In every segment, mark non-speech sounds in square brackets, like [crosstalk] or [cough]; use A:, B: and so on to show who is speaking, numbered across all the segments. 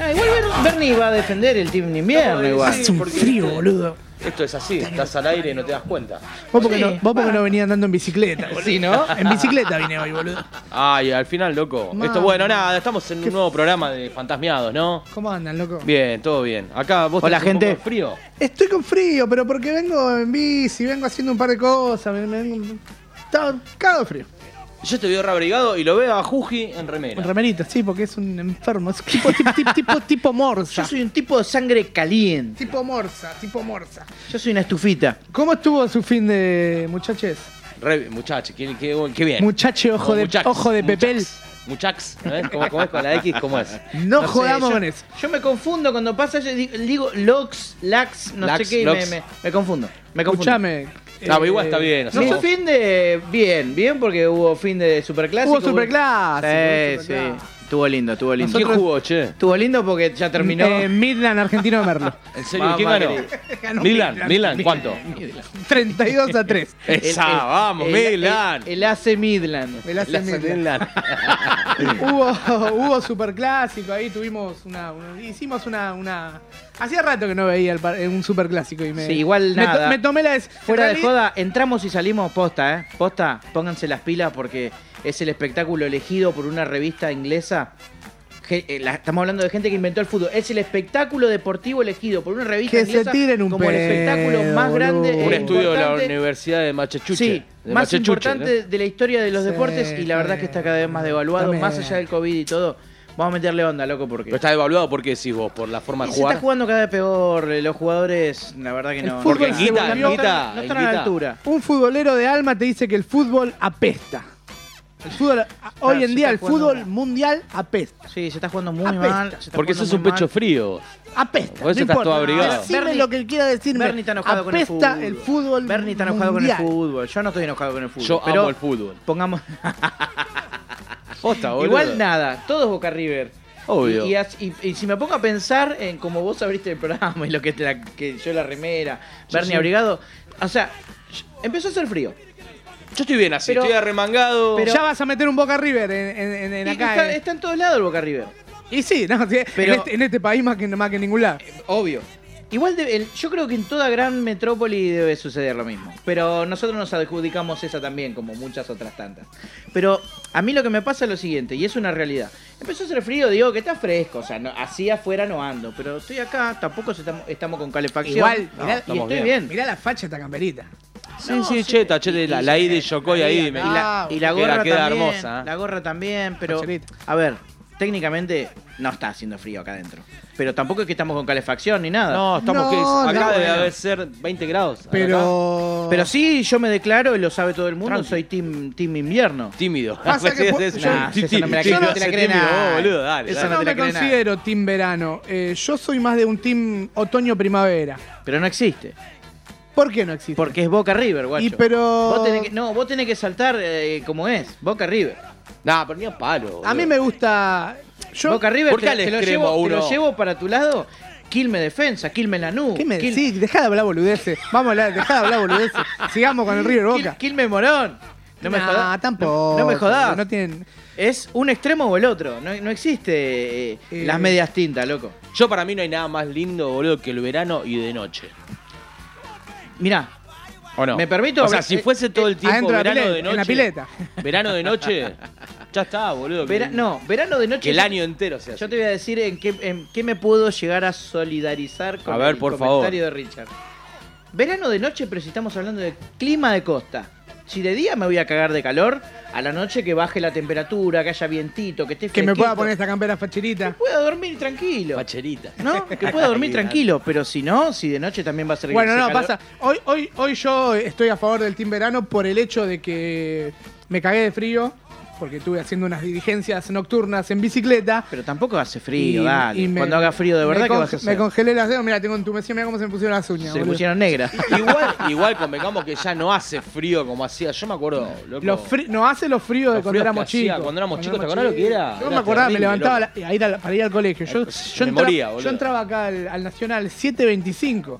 A: Ah, igual Ber- Bernie va a defender el team de invierno, igual.
B: Sí,
C: Hace un
B: porque-
C: frío, boludo.
B: Esto es así, estás al aire y no te das cuenta.
C: Vos porque,
A: Sí,
C: no, vos porque no venía andando en bicicleta, boludo.
A: Sí, ¿no?
C: [laughs] En bicicleta vine hoy, boludo.
B: Ay, al final, loco.
C: Mamá.
B: Esto, bueno, nada, estamos en un nuevo programa de Fantasmiados, ¿no?
C: ¿Cómo andan, loco?
B: Bien, todo bien. Acá vos
A: Hola,
B: tenés un
A: gente.
B: poco de frío.
C: Estoy con frío, pero porque vengo en bici, vengo haciendo un par de cosas, me, me vengo- Está cagado de frío.
B: Yo te veo reabrigado y lo veo a Juji en remera.
C: Con remerita, sí, porque es un enfermo. Es tipo, tipo, tipo, tipo, tipo
A: Yo
C: morsa.
A: soy un tipo de sangre caliente.
C: Tipo morsa, tipo morsa.
A: Yo soy una estufita.
C: ¿Cómo estuvo su fin de, muchachos?
B: Re- muchacho, qué, qué- qué bien.
C: Muchacho, ojo
B: No,
C: de,
B: muchax,
C: ojo de
B: muchax,
C: pepel.
B: Muchax, ¿eh? ¿Cómo, cómo es con la X? ¿Cómo
C: [laughs]
B: es?
C: No,
A: sé,
C: jodamos
A: yo-
C: con eso.
A: Yo me confundo cuando pasa, yo digo, digo Lox, Lax, no
B: Lax,
A: sé qué, y me,
B: Lox.
A: me- me confundo. Me confundo.
C: Escuchame.
B: No, pero igual
C: Eh,
B: está bien, o sea,
A: Mi
B: vos-
A: fin de. Bien, bien, porque hubo fin de superclásico.
C: Hubo superclásico,
A: Sí,
C: hubo
A: sí.
C: superclásico.
A: Estuvo lindo, estuvo lindo.
B: ¿Quién jugó, che?
A: Estuvo lindo porque ya terminó. [laughs]
C: Eh, Midland, argentino de Merlo.
B: ¿En serio?
A: Mamá
B: ¿Quién ganó?
A: querida. [laughs]
C: Ganó
B: Milan,
C: Milan.
B: Milan, ¿cuánto?
C: 32 a 3.
B: Esa, vamos,
A: el-
B: Milan.
A: El, el AC Midland.
C: El AC
B: La
C: Midland.
B: Milan.
C: Hubo, hubo superclásico, ahí tuvimos una. una- hicimos una. una... Hacía rato que no veía el par- eh, un superclásico y me.
A: Sí, igual
C: me to-
A: nada.
C: Me, tomé la. des-
A: Fuera
C: en
A: de
C: reali-
A: joda, entramos y salimos posta, ¿eh? Posta, pónganse las pilas porque es el espectáculo elegido por una revista inglesa. Ge- eh, la- estamos hablando de gente que inventó el fútbol. Es el espectáculo deportivo elegido por una revista
C: Que se
A: inglesa
C: tiren un
A: como el espectáculo
C: pedo,
A: más grande.
C: boludo.
A: e
B: Un estudio de la
A: importante-
B: Universidad de Machachuche.
A: Sí,
B: de
A: más
B: Machachuche,
A: importante de la historia de los
C: Sí,
A: deportes y la verdad es que está cada vez más devaluado,
C: también.
A: más allá del COVID y todo. Vamos a meterle onda, loco, porque
B: ¿no? Pero está devaluado, ¿por qué decís vos? ¿Por la
A: Y
B: forma de
A: se está
B: jugar?
A: jugando cada vez peor. eh, Los jugadores, la verdad que
C: El
A: no.
C: fútbol Porque en se
B: guita, volvió- en
A: no están,
B: guita,
A: no
B: en
A: están a la
B: guita.
A: altura.
C: Un futbolero de alma te dice que el fútbol apesta. El fútbol, a- hoy
A: se
C: en día
A: está
C: el
A: jugando
C: fútbol
A: mal.
C: mundial apesta.
A: Sí, se está jugando muy
C: Apesta.
A: mal. se está
B: Porque
A: jugando
B: sos un
A: muy
B: pecho
A: mal.
B: frío.
C: Apesta.
B: Por eso
C: no
B: estás
C: importa.
B: todo abrigado.
C: Decime
A: Bernie-
C: lo que quiera decirme.
A: Bernie está enojado con el fútbol.
C: apesta el fútbol.
A: Bernie está enojado
C: mundial.
A: con el fútbol. Yo no estoy enojado con el fútbol.
B: Yo
A: pero
B: amo el fútbol.
A: Pongamos. [laughs]
B: Posta, boludo.
A: Igual nada, todo es Boca River.
B: Obvio.
A: Y, y as- y- y si me pongo a pensar en como vos abriste el programa y lo que, te la- que yo la remera, Bernie
B: sí.
A: abrigado. O sea, sh- empezó a hacer frío.
B: Yo estoy bien así,
A: Pero-
B: estoy arremangado.
A: pero-
C: ya vas a meter un Boca River en, en- en- en
A: Y
C: acá.
A: está,
C: eh.
A: está en todos lados el Boca River.
C: Y sí, no, sí,
A: Pero-
C: en, este, en este país más que, más que en ningún lado.
A: Obvio. Igual de- el- yo creo que en toda gran metrópoli debe suceder lo mismo. Pero nosotros nos adjudicamos esa también, como muchas otras tantas. Pero a mí lo que me pasa es lo siguiente, y es una realidad. Empezó a hacer frío, digo que está fresco, o sea, no- así afuera no ando, pero estoy acá, tampoco se estamos, estamos con calefacción.
C: Igual,
A: No,
C: mirá-
A: y
B: estamos
A: estoy bien.
B: bien.
C: Mirá la facha de esta camperita.
B: sí,
A: no,
B: sí,
A: sí.
B: cheta, cheta, la, la I de Yocoy ahí.
C: Y
B: me-
A: Y la, Ah, y la
B: Queda-
A: gorra
B: queda
A: también,
B: hermosa, ¿eh?
A: la gorra también, pero
C: Fachelita.
A: a ver, técnicamente no está haciendo frío acá adentro. Pero tampoco es que estamos con calefacción ni nada.
B: No, estamos
C: No,
B: que es- acá
C: no,
B: debe
C: bueno.
B: haber ser 20 grados. acá.
C: Pero.
A: Pero sí, yo me declaro, y lo sabe todo el mundo,
B: Tranqui.
A: soy team, team invierno.
B: tímido. [laughs]
C: Pasa que po- yo-
A: Nah,
B: Sí,
A: esa pues, no me la
B: sí,
A: creo,
B: sí,
A: no te la
B: sí,
A: cree
B: tímido,
A: nadie.
B: vos, boludo, dale,
A: Esa
B: dale.
C: Yo no
A: te la
C: me
A: cree nadie.
C: considero team verano. Eh, yo soy más de un team otoño-primavera.
A: Pero no existe.
C: ¿Por qué no existe?
A: Porque es Boca River, guacho.
C: Y pero-
A: Vos tenés que, no, vos tenés que saltar eh, como es, Boca River.
B: Nah, pero ni a palo. boludo.
C: A mí me gusta. Yo,
A: Boca River,
B: ¿Por qué
A: te,
B: al
A: te lo
B: extremo
A: llevo, te lo
B: uno?
A: llevo para tu lado. Quilme defensa, Quilme Lanús.
C: ¿Qué me
A: Quil-
C: decís? Dejá de hablar boludeces. Vamos a hablar, dejá de hablar boludeces. Sigamos con el River
A: Quil-
C: Boca.
A: Quilme Morón. No me
C: Nah,
A: jodas.
C: tampoco.
A: No, me jodás.
C: No tienen.
A: Es un extremo o el otro. No, no existe eh,
C: Eh.
A: las medias tintas, loco.
B: Yo para mí no hay nada más lindo, boludo, que el verano y de noche.
A: Mirá,
B: ¿O no?
A: ¿Me permito?
B: O sea,
A: Eh,
B: si fuese todo el tiempo
C: adentro de la
B: verano
C: pileta,
B: de noche.
C: en la pileta.
B: Verano de noche. Ya está, boludo. que-
A: vera- no, verano de
B: que
A: noche.
B: el año entero se hace.
A: Yo te voy a decir en qué, en qué me puedo llegar a solidarizar con
B: A ver,
A: el
B: por favor.
A: comentario de Richard. Verano de noche, pero si estamos hablando de clima de costa. Si de día me voy a cagar de calor, a la noche que baje la temperatura, que haya vientito, que esté
C: Que me pueda
A: fresquito,
C: poner esta campera fachirita.
A: pueda dormir tranquilo.
B: Pacherita. [laughs]
A: ¿No? Que pueda dormir tranquilo, pero si no, si de noche también va a ser
C: Bueno,
A: ese
C: no,
A: calor.
C: pasa. Hoy, hoy, hoy yo estoy a favor del Team Verano por el hecho de que me cagué de frío, porque estuve haciendo unas diligencias nocturnas en bicicleta.
A: Pero tampoco hace frío,
C: y-
A: dale.
C: y me-
A: Cuando haga frío de
C: me
A: verdad, ¿qué
C: conge-
A: vas a hacer?
C: Me congelé las dedos, mira, tengo entumecido, mira cómo se me pusieron las uñas.
A: Se
C: boludo.
A: pusieron
C: [laughs]
A: negras.
B: Igual, igual convengamos que ya no hace frío como hacía. Yo me acuerdo, loco.
C: Los fri- nos hace los fríos de
B: Los
C: cuando
B: fríos que
C: éramos
B: hacía,
C: chicos.
B: cuando éramos chicos, ¿te acordás lo que era?
C: Yo
B: Era
C: me acordaba, me
B: terrible,
C: levantaba la- a ir al- para ir al colegio. Yo,
B: pues,
C: yo
B: me
C: entraba,
B: moría,
C: yo
B: boludo.
C: entraba acá al, al Nacional 7.25.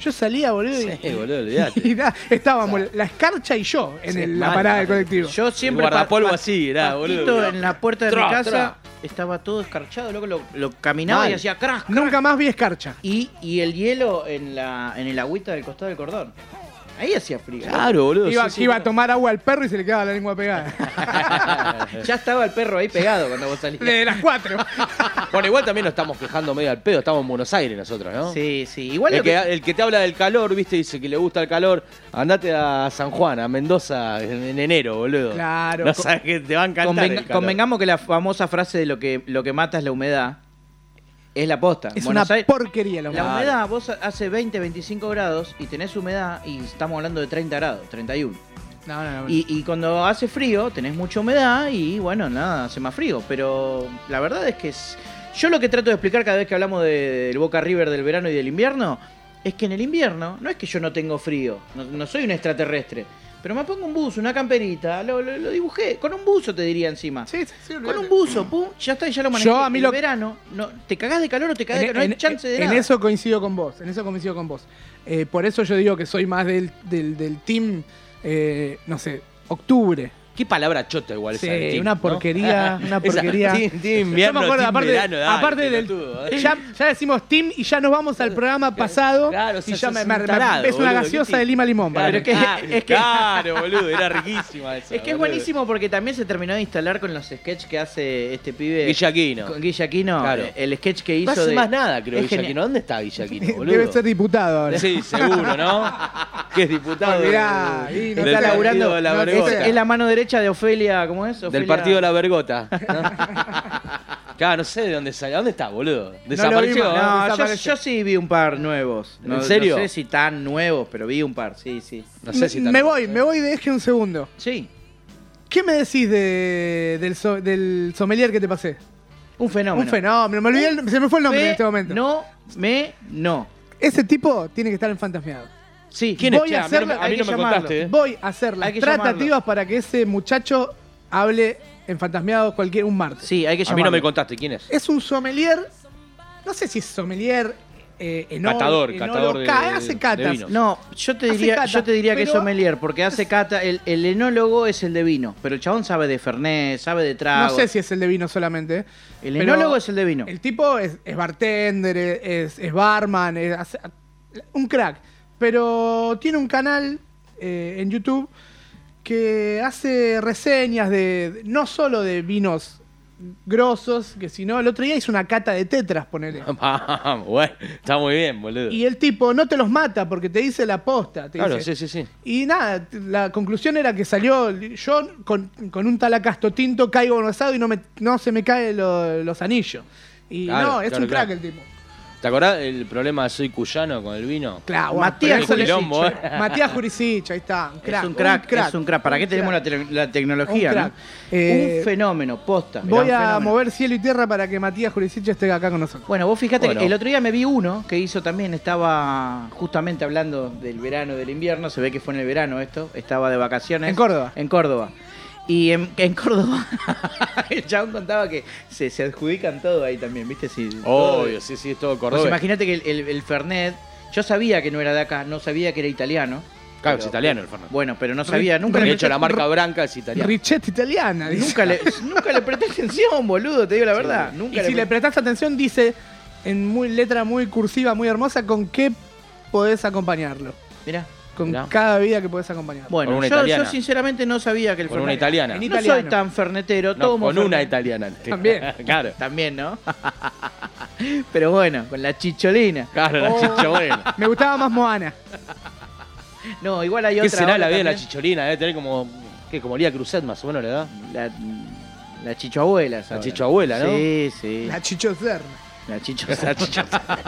C: Yo salía, boludo. y-
B: Sí, boludo,
C: [laughs] Y
B: olvidate.
C: nada, estábamos la escarcha y yo en
B: Sí,
C: el- la
B: mal,
C: parada del
B: mal.
C: colectivo.
A: Yo siempre.
B: guardapolvo
A: pa- pa-
B: así, era, boludo.
A: patito en la puerta de
B: Tra,
A: mi casa.
B: tra.
A: estaba todo escarchado, loco, lo, lo caminaba
B: Mal.
A: y hacía crash.
C: Nunca más vi escarcha.
A: Y, y el hielo en, la, en el agüita del costado del cordón. Ahí hacía frío.
B: Claro, boludo.
C: Iba,
B: sí, sí,
C: iba a
B: claro.
C: tomar agua al perro y se le quedaba la
B: [laughs]
C: lengua pegada.
A: Ya estaba el perro ahí pegado cuando vos salías.
C: De las cuatro.
B: Bueno, igual también nos estamos quejando medio al pedo. Estamos en Buenos Aires nosotros, ¿no?
A: Sí, sí. Igual
B: El
A: lo que-
B: que, el que te habla del calor, viste, dice que le gusta el calor. Andate a San Juan, a Mendoza, en, en enero, boludo.
C: Claro.
B: No sabes que te va a encantar.
A: convenga-
B: el calor.
A: convengamos que la famosa frase de lo que, lo que mata es la humedad es la posta.
C: Es
A: Buenos
C: una
A: Aires-
C: porquería la
A: La
C: humedad.
A: humedad, vos hace 20, 25 grados y tenés humedad y estamos hablando de 30 grados, 31.
C: No, no, no.
A: Y, y cuando hace frío tenés mucha humedad y bueno, nada, hace más frío. Pero la verdad es que es... Yo lo que trato de explicar cada vez que hablamos de- del Boca River del verano y del invierno es que en el invierno no es que yo no tengo frío, no, no soy un extraterrestre. Pero me pongo un buzo, una camperita, lo, lo- lo dibujé, con un buzo te diría encima.
C: Sí, sí, sí,
A: Con
C: olvidate.
A: un buzo, pum, ya está, y ya lo manejé.
C: Yo a mí
A: El
C: lo-
A: verano, no, te cagás de calor o te cagás de
C: En, e-
A: calor, no
C: en-
A: hay chance de
C: en
A: nada.
C: eso coincido con vos, en eso coincido con vos. Eh, por eso yo digo que soy más del, del, del team, eh, no sé, octubre.
B: Qué palabra chota igual
C: Sí,
B: esa del team,
C: una
B: ¿no? [laughs]
C: porquería, una
B: Esa,
C: porquería.
B: team- team invierno, team
C: aparte,
B: verano, dale,
C: aparte del.
B: pelotudo, eh.
C: Ya, ya decimos team y ya nos vamos al programa pasado.
B: claro, o
C: y
B: sea,
C: ya
B: sos
C: me,
B: un
C: me- me-
B: tarado,
C: es una
B: boludo, ¿qué
C: gaseosa
B: te-
C: de lima limón.
B: Claro,
C: para
A: Pero
C: mí.
A: es que-
B: ah,
A: es que-
B: [laughs] claro, boludo, era riquísima esa.
A: Es que es
B: boludo.
A: buenísimo porque también se terminó de instalar con los sketches que hace este pibe.
B: Guillaquino.
A: Con Guillaquino.
B: Claro.
A: El sketch que hizo
B: No hace
A: de.
B: más nada, creo,
A: Es genial.
B: Guillaquino. ¿Dónde está Guillaquino, boludo?
C: Debe ser diputado ahora.
B: Sí, seguro,
C: [laughs]
B: ¿no? que es diputado de-
C: Mirá, ahí no
B: del
C: está
B: partido
C: laburando,
B: de la
C: no, ese-
A: Es,
B: vergota.
A: es la mano derecha de Ofelia, ¿cómo es?
B: Del
A: Ofelia-
B: partido de la vergota. ¿no? [laughs] claro, no sé de dónde salió. ¿Dónde está, boludo? ¿Desapareció?
C: vimos,
B: ¿no?
A: No, yo- yo,
C: Desapareció.
A: sí vi un par nuevos. No,
B: ¿En serio?
A: No sé si tan nuevos, pero vi un par, sí, sí.
B: No sé si está-
C: me voy, me voy, deje un segundo.
A: Sí.
C: ¿Qué me decís de- del, so- del sommelier que te pasé?
A: Un fenómeno.
C: Un fenómeno. Me olvidé, el- se me fue el nombre en este momento.
A: No, me, no.
C: Ese tipo tiene que estar enfantasmeado.
A: Sí.
B: ¿Quién es?
C: Voy
B: che?
C: a
B: a, mí no,
C: hacerla-
B: me- a
A: hay
B: mí no
A: que
B: me
A: llamarlo.
B: contaste. ¿eh?
C: Voy a hacer las
A: Hay que
C: tratativas
A: llamarlo.
C: para que ese muchacho hable enfantasmeado cualquier un martes.
A: Sí, hay que
B: A
A: llamarlo.
B: mí no me contaste. ¿Quién es? [laughs]
C: Es un sommelier, no sé si es sommelier eh, enólogo-
B: Catador,
C: enólogo,
B: catador de-
C: ca-
B: de-
C: hace
B: de
C: catas.
B: vinos.
A: No, yo te
C: Hace
A: diría,
C: cata,
A: yo te diría que es
C: pero-
A: sommelier, porque hace cata, el, el enólogo es el de vino, pero el chabón sabe de Fernet, sabe de
C: No
A: trago.
C: sé si es el de vino solamente. eh.
A: Ah, El
C: Pero
A: enólogo es el de vino.
C: El tipo es, es bartender, es, es barman, es, hace- un crack. Pero tiene un canal eh, en YouTube que hace reseñas de no solo de vinos grosos, que sino el otro día hizo una cata de tetras,
B: Ah,
C: ponele.
B: Vamos, bueno, está muy bien, boludo.
C: Y el tipo no te los mata porque te dice la posta. te
B: Claro,
C: dice.
B: sí, sí, sí.
C: Y nada, la conclusión era que salió yo con, con un talacasto tinto, caigo avanzado y no, me, no se me caen lo- los anillos. Y
B: Claro,
C: no, es
B: claro,
C: un crack
B: claro.
C: el tipo.
B: ¿Te acordás el problema de soy cuyano con el vino?
C: Claro, bueno,
A: Matías
C: pero eso le-
B: Quilombo, eh.
C: [laughs] Matías Jurisic, ahí está. un
A: es un crack, es un crack. ¿Para qué
C: un
A: tenemos la,
C: crack.
A: te- la tecnología?
C: Un
A: no?
C: crack. Eh,
A: un fenómeno, posta. mirá,
C: Voy
A: un
C: a
A: fenómeno.
C: mover cielo y tierra para que Matías Jurisic esté acá con nosotros.
A: Bueno, vos fijate
B: Bueno.
A: que el otro día me vi uno que hizo también, estaba justamente hablando del verano, del invierno, se ve que fue en el verano esto, estaba de vacaciones.
C: En Córdoba.
A: En Córdoba. Y en, en Córdoba, [laughs] el chabón contaba que se, se adjudican todo ahí también, ¿viste? Si, todo-
B: Obvio, sí, sí, es todo
A: Pues
B: cordobés.
A: imagínate que el, el- el Fernet, yo sabía que no era de acá, no sabía que era italiano.
B: claro, es
A: Pero-
B: italiano el Fernando.
A: Bueno, pero no sabía, nunca
B: de
A: le,
B: hecho, la marca
C: R-
B: blanca es italiana.
C: Richet italiana. dice.
A: nunca le, nunca le presté atención, boludo, te digo la verdad.
C: Y
A: Nunca
C: si
A: pre-
C: le prestás atención, dice en muy letra muy cursiva, muy hermosa, con qué podés acompañarlo.
A: Mirá.
C: Con
B: Mirá.
C: cada vida que podés acompañarlo.
A: Bueno,
B: una
A: yo, yo
B: italiana.
A: sinceramente no sabía que el
B: Con una
A: Fernet.
B: italiana.
A: No soy
C: Italiano.
A: tan fernetero,
B: No,
A: tomo
B: con una
A: Fernet.
B: italiana.
C: También.
B: [laughs] claro.
A: También, ¿no? [laughs] pero bueno, con la chicholina.
B: Claro, la
C: Oh. [laughs]
B: chichorina.
C: Me gustaba más Moana.
A: No, igual hay otra.
B: ¿Qué será
A: ahora
B: la vida de la
A: también.
B: chicholina? Debe tener como. ¿Qué? Como Lía Cruzet, más o menos, la edad.
A: La, la chichoabuela. es
B: La
A: ahora.
B: chichoabuela, ¿no?
A: Sí, [laughs] sí.
C: La chichocerna.
B: [laughs]
A: La Chicho Serna.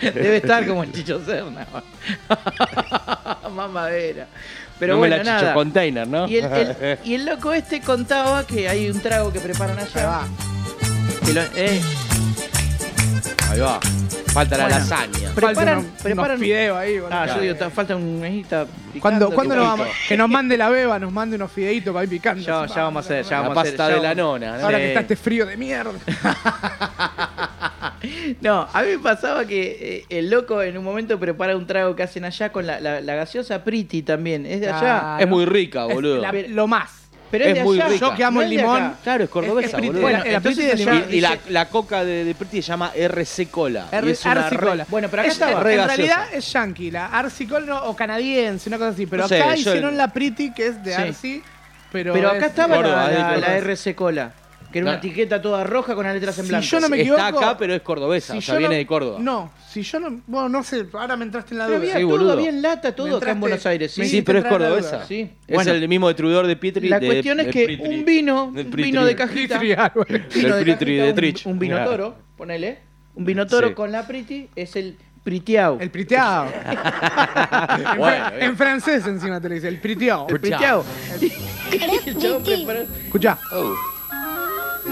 A: Debe estar como el Chicho [laughs] Serna. Mamadera. Pero
B: no
A: bueno,
B: me la
A: nada.
B: chichocontainer, ¿no? Eh.
A: Y el,
B: [laughs]
A: el- y el loco este contaba que hay un trago que preparan
C: Ahí
A: allá. Ah,
C: va.
A: que lo- eh,
B: Ahí va. Falta la
A: Bueno.
B: lasaña.
A: Preparan-
C: Falta unos- unos
A: preparan-
C: fideos ahí. boludo.
A: ah, yo digo, ta- falta un mejita. picando,
C: ¿Cuándo,
A: que
C: ¿cuándo nos
A: poquito.
C: vamos? Que nos mande la beba, nos mande unos fideitos para ir picando.
A: Ya, ya vamos a hacer, ya
B: La
A: vamos a hacer. Eh,
B: pasta
A: ya
B: de la
A: vamos-
B: nona, ¿no?
C: Ahora
A: Sí.
C: que está este frío de mierda.
A: No, a mí me pasaba que eh, el loco en un momento prepara un trago que hacen allá con la, la- la gaseosa Pretty también. Es de allá.
C: Ah,
B: Es muy rica, boludo.
C: La- lo más.
A: Pero
B: es
A: de
B: muy
A: allá.
B: rica.
C: Yo que amo
A: No
C: el
A: es de
C: limón.
A: acá.
B: Claro, es cordobesa,
C: Priti-
B: boludo.
C: Bueno,
A: Bueno,
C: el apriti de
A: entonces
C: allá
A: allá-
B: y, y la,
A: dice-
B: la coca de, de Priti se llama RC Cola. y
C: R-
B: es una
C: RC
B: re-
C: Cola.
A: Bueno, pero acá
C: Es-
A: estaba.
B: re
C: En
B: gaseosa.
C: realidad es yankee, la Arsi Col no, o canadiense, una cosa así. Pero
B: No sé,
C: acá
B: yo-
C: hicieron la Pretty, que es de
A: Sí.
C: Arsi. Pero,
A: Pero acá
C: es-
A: estaba la-
B: Córdoba,
A: la,
B: ahí,
A: la
B: Córdoba.
A: RC Cola, que era una
B: No.
A: etiqueta toda roja con las letras en
C: Si
A: blanco.
C: yo no me
B: Está
C: equivoco,
B: acá, pero es cordobesa.
C: si
B: o sea,
C: yo
B: viene
C: no-
B: de Córdoba.
C: No, si yo no. Bueno, no sé, ahora me entraste en la
A: Pero
C: duda.
A: había
B: Sí,
A: todo,
B: boludo.
A: había en lata, todo
C: Me
A: acá en
C: entraste-
A: Buenos Aires. Sí,
C: me
B: Sí, pero es
C: entrar en la
B: cordobesa.
C: duda.
A: Sí.
B: Es
A: Bueno.
B: el mismo distribuidor de Pietri.
A: La
B: de-
A: cuestión es
B: de
A: que
B: Pietri.
A: un vino,
B: Del
A: un
B: Pritri.
A: vino de cajita,
C: Pretty, ah, güey.
A: vino de
B: Del Pritri
A: cajita,
B: de
A: un-
B: Trich.
A: un vino
B: Claro.
A: toro, ponele, un vino toro
B: Sí.
A: con la Priti es el Pritiao.
C: El priteado. En fra-
B: [laughs] Bueno, eh.
C: en,
B: bien.
C: francés encima te lo dice, el priteado.
A: El Pritiao. [laughs] El chabón
D: Pretty,
A: preparó-
C: Escuchá.
E: Oh,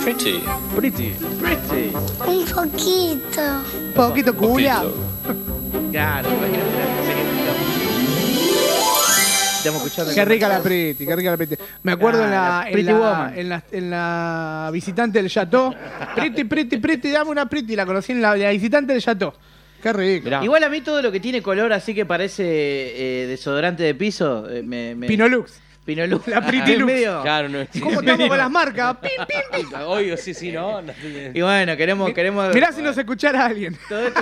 E: pretty.
B: Priti.
A: Priti.
D: un poquito.
C: Poquito culia.
E: Poquito.
A: Claro, imagino que era- sería un quilombo. Estamos escuchando.
C: Qué rica la Priti, qué rica la Priti. Me acuerdo en,
A: Ah,
C: la,
A: la
C: en,
A: Pretty
C: la,
A: Woman.
C: en la- en la visitante del Chateau. Priti, Priti, Priti, dame una Priti. La conocí en la, la visitante del Chateau. Qué rico.
B: Mirá.
A: Igual a mí todo lo que tiene color así que parece eh, desodorante de piso, eh, me, me...
C: Pinolux.
A: Pinolux. [laughs]
C: La Pretty
A: Es
C: Lux.
A: medio-
B: Claro, no es. [laughs]
C: ¿Cómo estamos con
A: [laughs]
C: las marcas? Pim, pim.
B: Oye, sí, sí, no. no.
A: Y bueno, queremos, queremos.
C: Mirá si nos escuchara alguien.
A: Todo esto,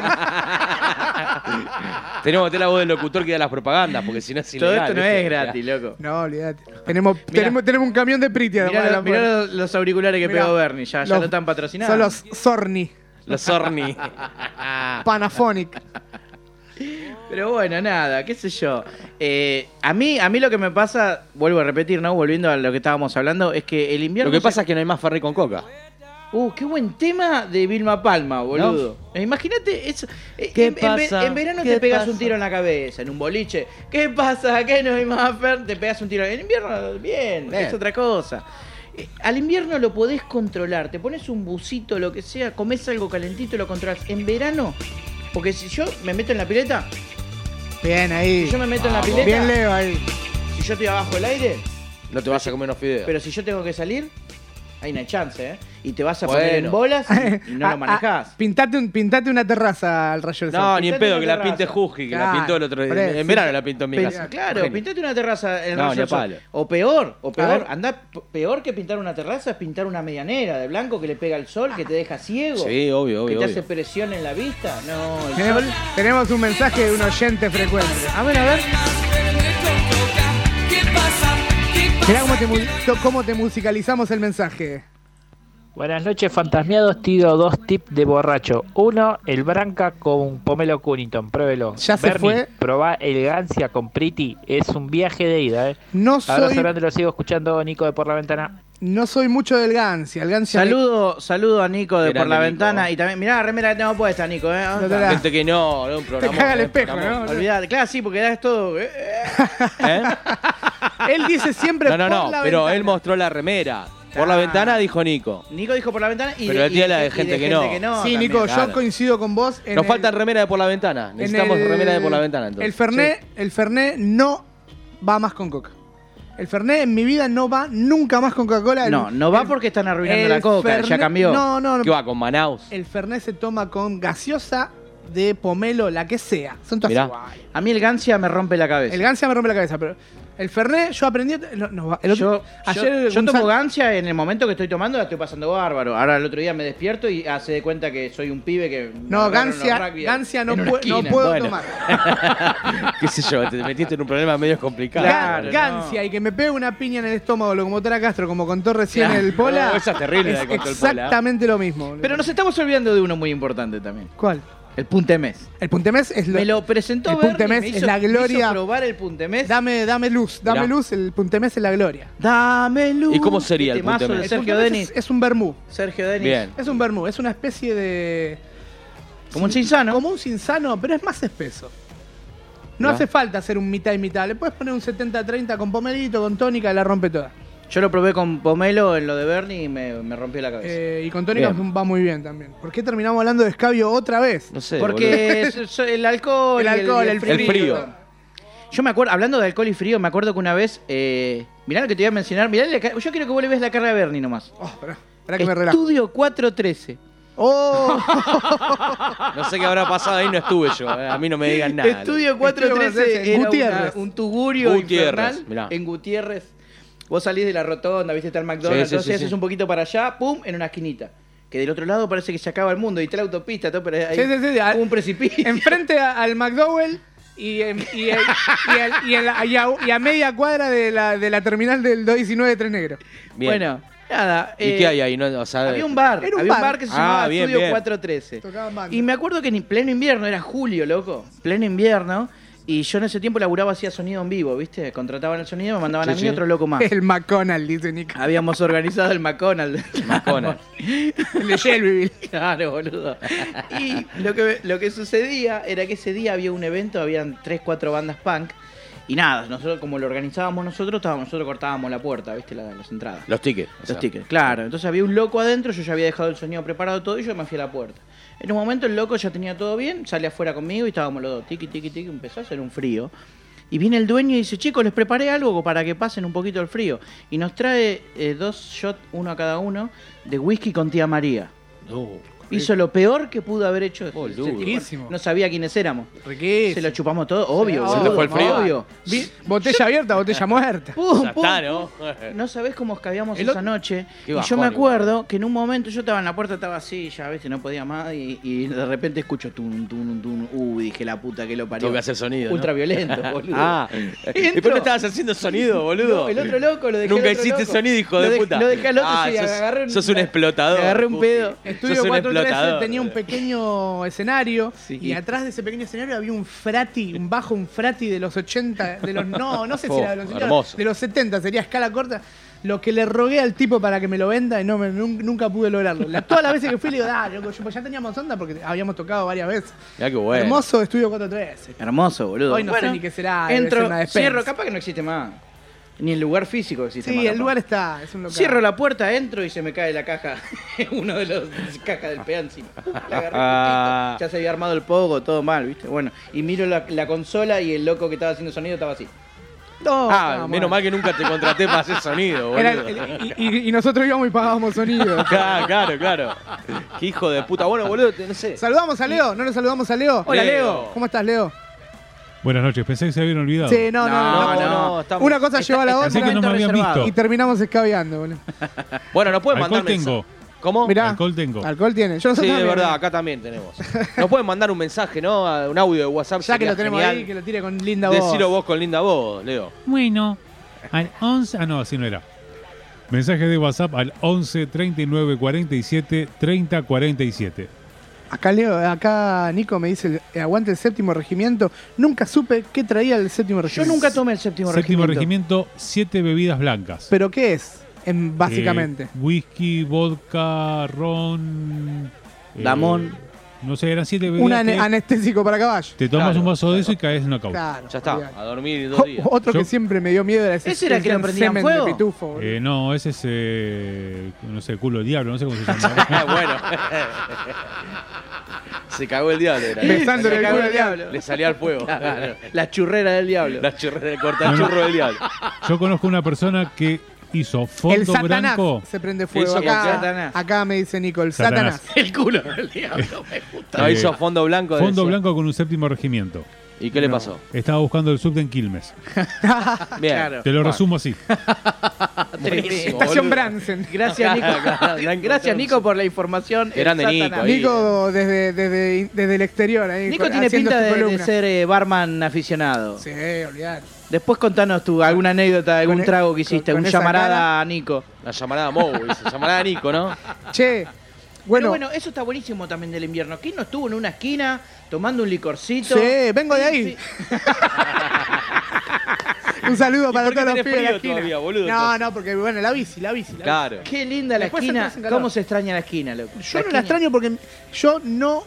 B: Tenemos que tener la voz del locutor que da las propagandas, porque si no es
A: Ah. todo
B: [laughs] ilegal,
A: esto no
B: ¿viste?
A: es gratis, loco.
C: No, olvídate. Tenemos, tenemos, tenemos un camión de Priti además.
A: Mirá,
C: de
A: lo-
C: la
A: mirá
C: puerta.
A: los, los auriculares que
C: Mirá,
A: pegó Bernie, ya, ya
C: los-
A: lo están patrocinando.
C: Son los Sorni.
B: [laughs] Los
A: [laughs]
B: Orni.
A: Ah.
C: Panaphonic.
A: Pero bueno, nada, qué sé yo. Eh, a, mí, a mí lo que me pasa, vuelvo a repetir, ¿no? Volviendo a lo que estábamos hablando, es que el invierno.
B: Lo que
A: se-
B: pasa es que no hay más Ferré con coca.
A: Uh, qué buen tema de Vilma Palma, boludo. Eh, Imagínate eso. Eh,
B: ¿Qué
A: en, en ve-
B: pasa?
A: en verano
B: ¿Qué
A: te pegas
B: pasa?
A: un tiro en la cabeza, en un boliche. ¿Qué pasa? ¿Qué no hay más Fer? Te pegas un tiro. En invierno, bien,
B: Bien.
A: es otra cosa. Eh, Al invierno lo podés controlar, te pones un busito, lo que sea, comes algo calentito y lo controlas. En verano, porque si yo me meto en la pileta,
C: Bien ahí.
A: si yo me meto en la pileta,
C: Bien Leo ahí.
A: si yo estoy abajo del aire,
B: No te vas a comer unos fideos.
A: pero si yo tengo que salir, hay una chance, ¿eh? Y te vas a
B: Bueno.
A: poner en bolas
C: [laughs]
A: y, y no
C: Ah, ah,
A: lo manejás.
C: pintate, un- pintate una terraza al rayo del Sol.
B: no, ni en
A: Pintate
B: pedo,
A: una
B: que la
A: terraza.
B: pinte Juji, que la
C: Claro,
B: pintó el otro
C: por
B: día.
C: eso.
B: En verano la pintó en mi
A: Pe-
B: casa.
A: Claro,
B: Genio.
A: pintate una terraza en el
B: No,
A: Rayo
B: ni a
A: del Sol.
B: palo.
A: O peor, o peor,
C: ver.
A: anda peor que pintar una terraza es pintar una medianera de blanco que le pega el sol, que te deja ciego,
B: Sí, obvio,
A: que
B: obvio.
A: te
B: obvio.
A: hace presión en la vista. No, el
C: Tenemos,
A: sol.
C: tenemos un mensaje de un oyente frecuente.
A: A ver, a ver.
C: Mirá cómo te, mu- to- cómo te musicalizamos el mensaje.
F: Buenas noches, fantasmiados. Tiro dos tips de borracho. Uno, el Branca con Pomelo Cunnington. Pruébelo.
C: Ya se fue.
F: Probá el Gancia con Priti. Es un viaje de ida, ¿eh?
C: No
F: Abrazo
C: soy,
F: grande, lo sigo escuchando, Nico, de Por la Ventana.
C: no soy mucho del Gancia. El Gancia
A: Saludo, saludo a Nico de
B: Grande
A: por la
B: Nico.
A: ventana y también mirá la remera que tengo puesta, Nico, eh.
C: No te la-
B: Gente que no, no un
C: te
B: programa.
C: caga el espejo, ¿no?
A: Olvidate, claro, sí, porque das todo. eh, eh. [laughs]
C: Él dice siempre
B: No, no,
C: por
B: no,
C: la
B: pero
C: ventana.
B: él mostró la remera. Por la
A: Ah.
B: ventana dijo Nico.
A: Nico dijo por la ventana y
B: Pero
A: y-
B: tiene la de
A: y
B: gente que no.
C: Sí,
A: también.
C: Nico,
B: claro.
C: yo coincido con vos. en
B: Nos
C: el-
B: faltan remera de por la ventana.
C: en
B: Necesitamos
C: el-
B: remera de por la ventana entonces.
C: El Fernet, el Fernet no va más con Coca. El Fernet en mi vida no va nunca más con Coca-Cola. El-
A: No, no va
C: el-
A: porque están arruinando
C: el
A: la coca, ya
C: Fernet-
A: cambió.
C: No, no, no.
B: ¿Qué va con Manaus?
C: El Fernet se toma con gaseosa de pomelo, la que sea. Son todas
B: Mirá.
C: iguales.
A: A mí el Gancia me rompe la cabeza.
C: El Gancia me rompe la cabeza, pero el Fernet yo aprendí... no, no, va- el otro-
A: yo, yo, yo tomo
C: Gonzalo-
A: gancia en el momento que estoy tomando, la estoy pasando bárbaro. Ahora el otro día me despierto y hace de cuenta que soy un pibe que. me
C: No,
A: agarraron los
C: Gancia,
A: rugby
C: Gancia no,
A: en una
C: pue- no
A: esquina.
C: puedo
A: [laughs]
B: Bueno.
C: tomar.
B: [laughs] ¿Qué sé yo? Te metiste en un problema medio complicado.
A: Claro, no.
C: Gan- Gancia y que me pegue una piña en el estómago, lo como Tara Castro, como contó recién el Pola.
B: No, esa es terrible la que contó el Pola.
C: Exactamente lo mismo. boludo.
A: Pero nos estamos olvidando de uno muy importante también:
C: ¿Cuál?
A: el puntemés.
C: El puntemés es lo...
A: Me lo presentó
C: el
A: Bernie,
C: puntemés
A: me
C: es
A: hizo-
C: la
A: me hizo
C: gloria.
A: probar el puntemés.
C: Dame, dame luz, dame
B: Mirá.
C: luz, el puntemés es la gloria.
A: Dame luz. Este
B: ¿Y cómo sería el
A: Temazo
B: puntemés?
A: de
C: El
A: Sergio
C: puntemés
A: Denis.
C: Es, es un vermú.
A: Sergio Denis.
B: Bien.
C: Es un vermú, es una especie de...
A: Como un chinsano.
C: Como un cinzano, pero es más espeso. No
B: Mirá.
C: hace falta hacer un mitad y mitad. Le puedes poner un 70-30 con pomelito, con tónica, y la rompe toda.
A: Yo lo probé con Pomelo en lo de Bernie y me, me rompió la cabeza.
C: Eh, y con tónica
B: Bien.
C: va muy bien también. ¿Por qué terminamos hablando de escabio otra vez?
B: No sé. boludo.
A: Porque so- so- el alcohol,
C: El
A: y
C: alcohol,
A: y
C: el
B: El frío.
A: Yo me acuerdo, hablando de alcohol y frío, me acuerdo que una vez, eh, mirá lo que te voy a mencionar, mirá, la ca- yo quiero que vos le veas la cara a Bernie nomás.
C: Oh, pará, pará que me relajo.
A: Estudio 413.
B: [laughs]
C: ¡Oh!
B: No sé qué habrá pasado ahí, no estuve yo. eh. A mí no me digan nada.
A: Estudio
C: Estudio
A: 413
C: en
A: era
C: Gutiérrez.
A: una- un tugurio
B: Gutiérrez,
A: infernal
B: mirá.
A: en Gutiérrez. Vos salís de la rotonda, viste, está el McDonald's,
B: Sí, sí,
A: entonces
B: sí,
A: haces
B: sí.
A: un poquito para allá, pum, en una esquinita. Que del otro lado parece que se acaba el mundo, y está la autopista, todo, pero hay
C: Sí, sí, sí, al-
A: un precipicio.
C: Enfrente a- al McDowell y, en- y, en- y al- y en la- y a, y a media cuadra de la, de la terminal del 219 de Tres Negro.
B: Bien.
A: Bueno, nada.
B: ¿Y
A: eh,
B: qué hay ahí? No, o sea,
A: Había un bar,
C: Era un
A: había
C: bar.
A: un bar que se
B: Ah,
A: llamaba
B: bien,
A: Estudio
B: bien.
A: 413.
C: Tocaban banda.
A: Y me acuerdo que en pleno invierno, era julio, loco, pleno invierno, y yo en ese tiempo laburaba hacía sonido en vivo, ¿viste? Contrataban el sonido, me mandaban
B: Sí,
A: a mí
B: sí.
A: y otro loco
B: [laughs]
A: más.
C: El McConnell, dice Nico.
A: Habíamos organizado el McDonald's. [laughs]
B: McDonald's.
C: El de Shelbyville.
A: Claro, boludo. Y lo que, lo que sucedía era que ese día había un evento, habían tres, cuatro bandas punk. Y nada, nosotros como lo organizábamos nosotros, estábamos, nosotros cortábamos la puerta, ¿viste? La- las entradas.
B: Los tickets. o
A: Los
B: sea.
A: tickets, claro. Entonces había un loco adentro, yo ya había dejado el sonido preparado todo y yo me fui a la puerta. En un momento el loco ya tenía todo bien, sale afuera conmigo y estábamos los dos, tiqui, tiqui, tiqui, empezó a hacer un frío. Y viene el dueño y dice, chicos, les preparé algo para que pasen un poquito el frío. Y nos trae eh, dos shots, uno a cada uno, de whisky con tía María.
B: No.
A: Hizo lo peor que pudo haber hecho. ese
B: Boludo.
A: tipo.
C: Riquísimo.
A: No sabía quiénes éramos. Se lo
C: Riquísimo.
A: chupamos todo, obvio.
C: Sí,
A: boludo,
B: fue el frío.
A: Obvio.
C: Vi- Botella abierta, botella muerta.
A: Pum, pum,
B: Satano.
A: no sabés cómo escabiamos
B: El
A: esa
B: otro-
A: noche. y
B: Qué
A: yo
B: bajón
A: me
B: igual.
A: acuerdo que en un momento yo estaba en la puerta, estaba así, ya viste, no podía más. Y, y de repente escucho tun, tun, tun. Uh, dije la puta que lo parió.
B: Tengo que hacer sonido, ¿no? [laughs]
A: Ultraviolento, boludo.
B: Ah. ¿Y por
A: Entro.
B: qué no estabas haciendo sonido, boludo?
A: No, el otro loco lo dejé.
B: Nunca
A: al otro
B: hiciste
A: loco.
B: sonido, hijo
A: Lo
B: de
A: dej-
B: puta.
A: Lo dejé al otro
B: Ah,
A: y
B: sos,
A: agarré un.
B: sos un explotador.
A: le agarré un
B: Pupi.
A: pedo.
C: Estudio
B: Sos un
C: 413
B: explotador.
C: tenía un pequeño escenario
A: Sí.
C: y atrás de ese pequeño escenario había un frati, un bajo, un frati de los 80, de los no, no sé si
B: Oh,
C: era de los 80,
B: hermoso.
C: de los 70, sería escala corta. Lo que le rogué al tipo para que me lo venda y no me- nun- nunca pude lograrlo. La- todas las veces que fui le digo, dale, loco, yo- pues ya teníamos onda porque habíamos tocado varias veces.
B: Mirá qué bueno.
C: Hermoso estudio 413.
A: Hermoso, boludo.
C: Hoy no sé ni qué será, debe ser
A: Entro,
C: una despensa.
A: cierro, capaz que no existe más. Ni el lugar físico existe más.
C: Sí, el
A: capaz.
C: lugar está, es un local.
A: Cierro la puerta, entro y se me cae la caja, [laughs] uno de los cajas del
B: [laughs]
A: pedancino. La agarré
B: Ah.
A: justito, ya se había armado el pogo, todo mal, ¿viste? Bueno, y miro la, la consola y el loco que estaba haciendo sonido estaba así.
C: No,
B: Ah,
C: estaba
B: menos mal
C: mal.
B: que nunca te contraté para hacer sonido, boludo.
C: Era el- y, y- y nosotros íbamos y pagábamos sonido.
B: Claro, claro, claro. Qué hijo de puta. Bueno, boludo, te- no sé.
C: Saludamos a Leo, no nos saludamos a Leo.
B: Hola, Leo.
C: ¿Cómo estás, Leo?
G: Buenas noches, pensé que se habían olvidado.
C: Sí, no, no, no.
A: no,
B: estamos-
C: Una cosa lleva a la
G: Pensé que
C: otra
G: no me habían
A: reservado.
G: visto.
C: y terminamos escabeando, boludo.
B: Bueno, nos pueden
G: Alcohol
B: mandar mensaje.
G: tengo.
B: ¿Cómo?
C: Mirá.
G: Alcohol tengo.
C: Alcohol tiene. Yo no sé
B: Sí, de
C: también,
B: verdad,
C: ¿no?
B: acá también tenemos. Nos pueden mandar un mensaje, ¿no? A Un audio de WhatsApp.
C: Ya que
B: sería
C: lo tenemos
B: genial.
C: ahí, que lo tire con linda voz.
B: Decilo vos con linda voz, Leo.
G: Bueno, al 11. Ah, no, así no era. Mensaje de WhatsApp al 11 39 47 30 47.
C: Acá Leo, acá Nico me dice, eh, aguante el séptimo regimiento. Nunca supe qué traía el séptimo
A: Yo
C: regimiento.
A: nunca tomé el séptimo,
G: Séptimo
A: regimiento.
G: regimiento, siete bebidas blancas.
C: ¿Pero qué es? En- básicamente.
G: Eh, whisky, vodka, ron. eh,
A: Damón.
G: no sé, eran siete bebidas.
C: un ane-
G: que
C: anestésico para caballo.
G: te tomas
B: Claro,
G: un vaso de eso y caes en una
C: Claro.
B: Ya está,
C: olvidate.
B: a dormir dos días.
C: O- Otro que
G: Yo-
C: siempre me dio miedo era ese.
A: ¿Ese era que lo
C: ese
A: prendían
C: semen
A: fuego?
C: de pitufo, boludo.
G: Eh, no, ese es, eh, no sé, culo del diablo, no sé cómo se
B: Ah,
C: [laughs]
G: llama.
B: bueno. Se cagó el diablo. Era.
C: Besándole
B: Se
C: el
B: cagó
C: culo
B: el
C: al diablo.
B: Le salía al
C: [laughs]
B: fuego.
A: Ah, La churrera del diablo.
B: La churrera, el cortachurro del diablo.
G: Yo conozco una persona que hizo
C: El
G: fondo
C: Satanás
G: blanco.
C: se prende fuego.
B: Eso con
C: Acá,
A: Satanás.
C: acá me dice Nico, el
G: Satanás.
C: Satanás.
A: El culo del diablo, me gusta.
B: No,
G: Eh,
B: hizo fondo blanco. de
G: Fondo
B: eso.
G: blanco con un séptimo regimiento.
B: ¿Y qué le pasó?
G: Estaba buscando el subte en Quilmes.
B: [laughs]
C: Ah,
B: Bien.
A: Claro.
G: Te lo resumo así.
B: Buenísimo,
C: Estación
B: boludo.
C: Bransen.
A: Gracias, Nico.
B: [laughs]
A: [laughs] Gracias, Nico, por la información. El
B: Grande Nico,
A: Satanás.
B: ahí.
C: Nico desde, desde, desde el exterior ahí.
A: Nico
C: con-
A: tiene
C: haciendo
A: pinta
C: su
A: de, de
C: columna.
A: ser eh, barman aficionado.
C: Sí, olvidar.
A: Después contanos tú alguna anécdota, algún
C: Con e-
A: trago
C: con-
A: que hiciste,
C: con
A: un
C: esa
A: llamarada
C: cara.
A: a Nico.
B: La llamarada Mou, se llamarada Nico, ¿no?
C: Che,
A: Bueno,
C: bueno,
A: bueno, eso está buenísimo también del invierno. ¿Quién no estuvo en una esquina tomando un licorcito?
C: sí, vengo de ahí. Un saludo para
B: por qué
C: todos
B: tenés
C: los pibes de la
B: frío
C: esquina.
B: todavía, boludo?
C: no, no, porque bueno, la bici, la bici. la
B: Claro.
A: Qué linda la
C: Después
A: esquina.
C: entras en calor.
A: ¿Cómo se extraña la esquina, loco?
C: bici. Yo no la
A: esquina-
C: extraño porque yo no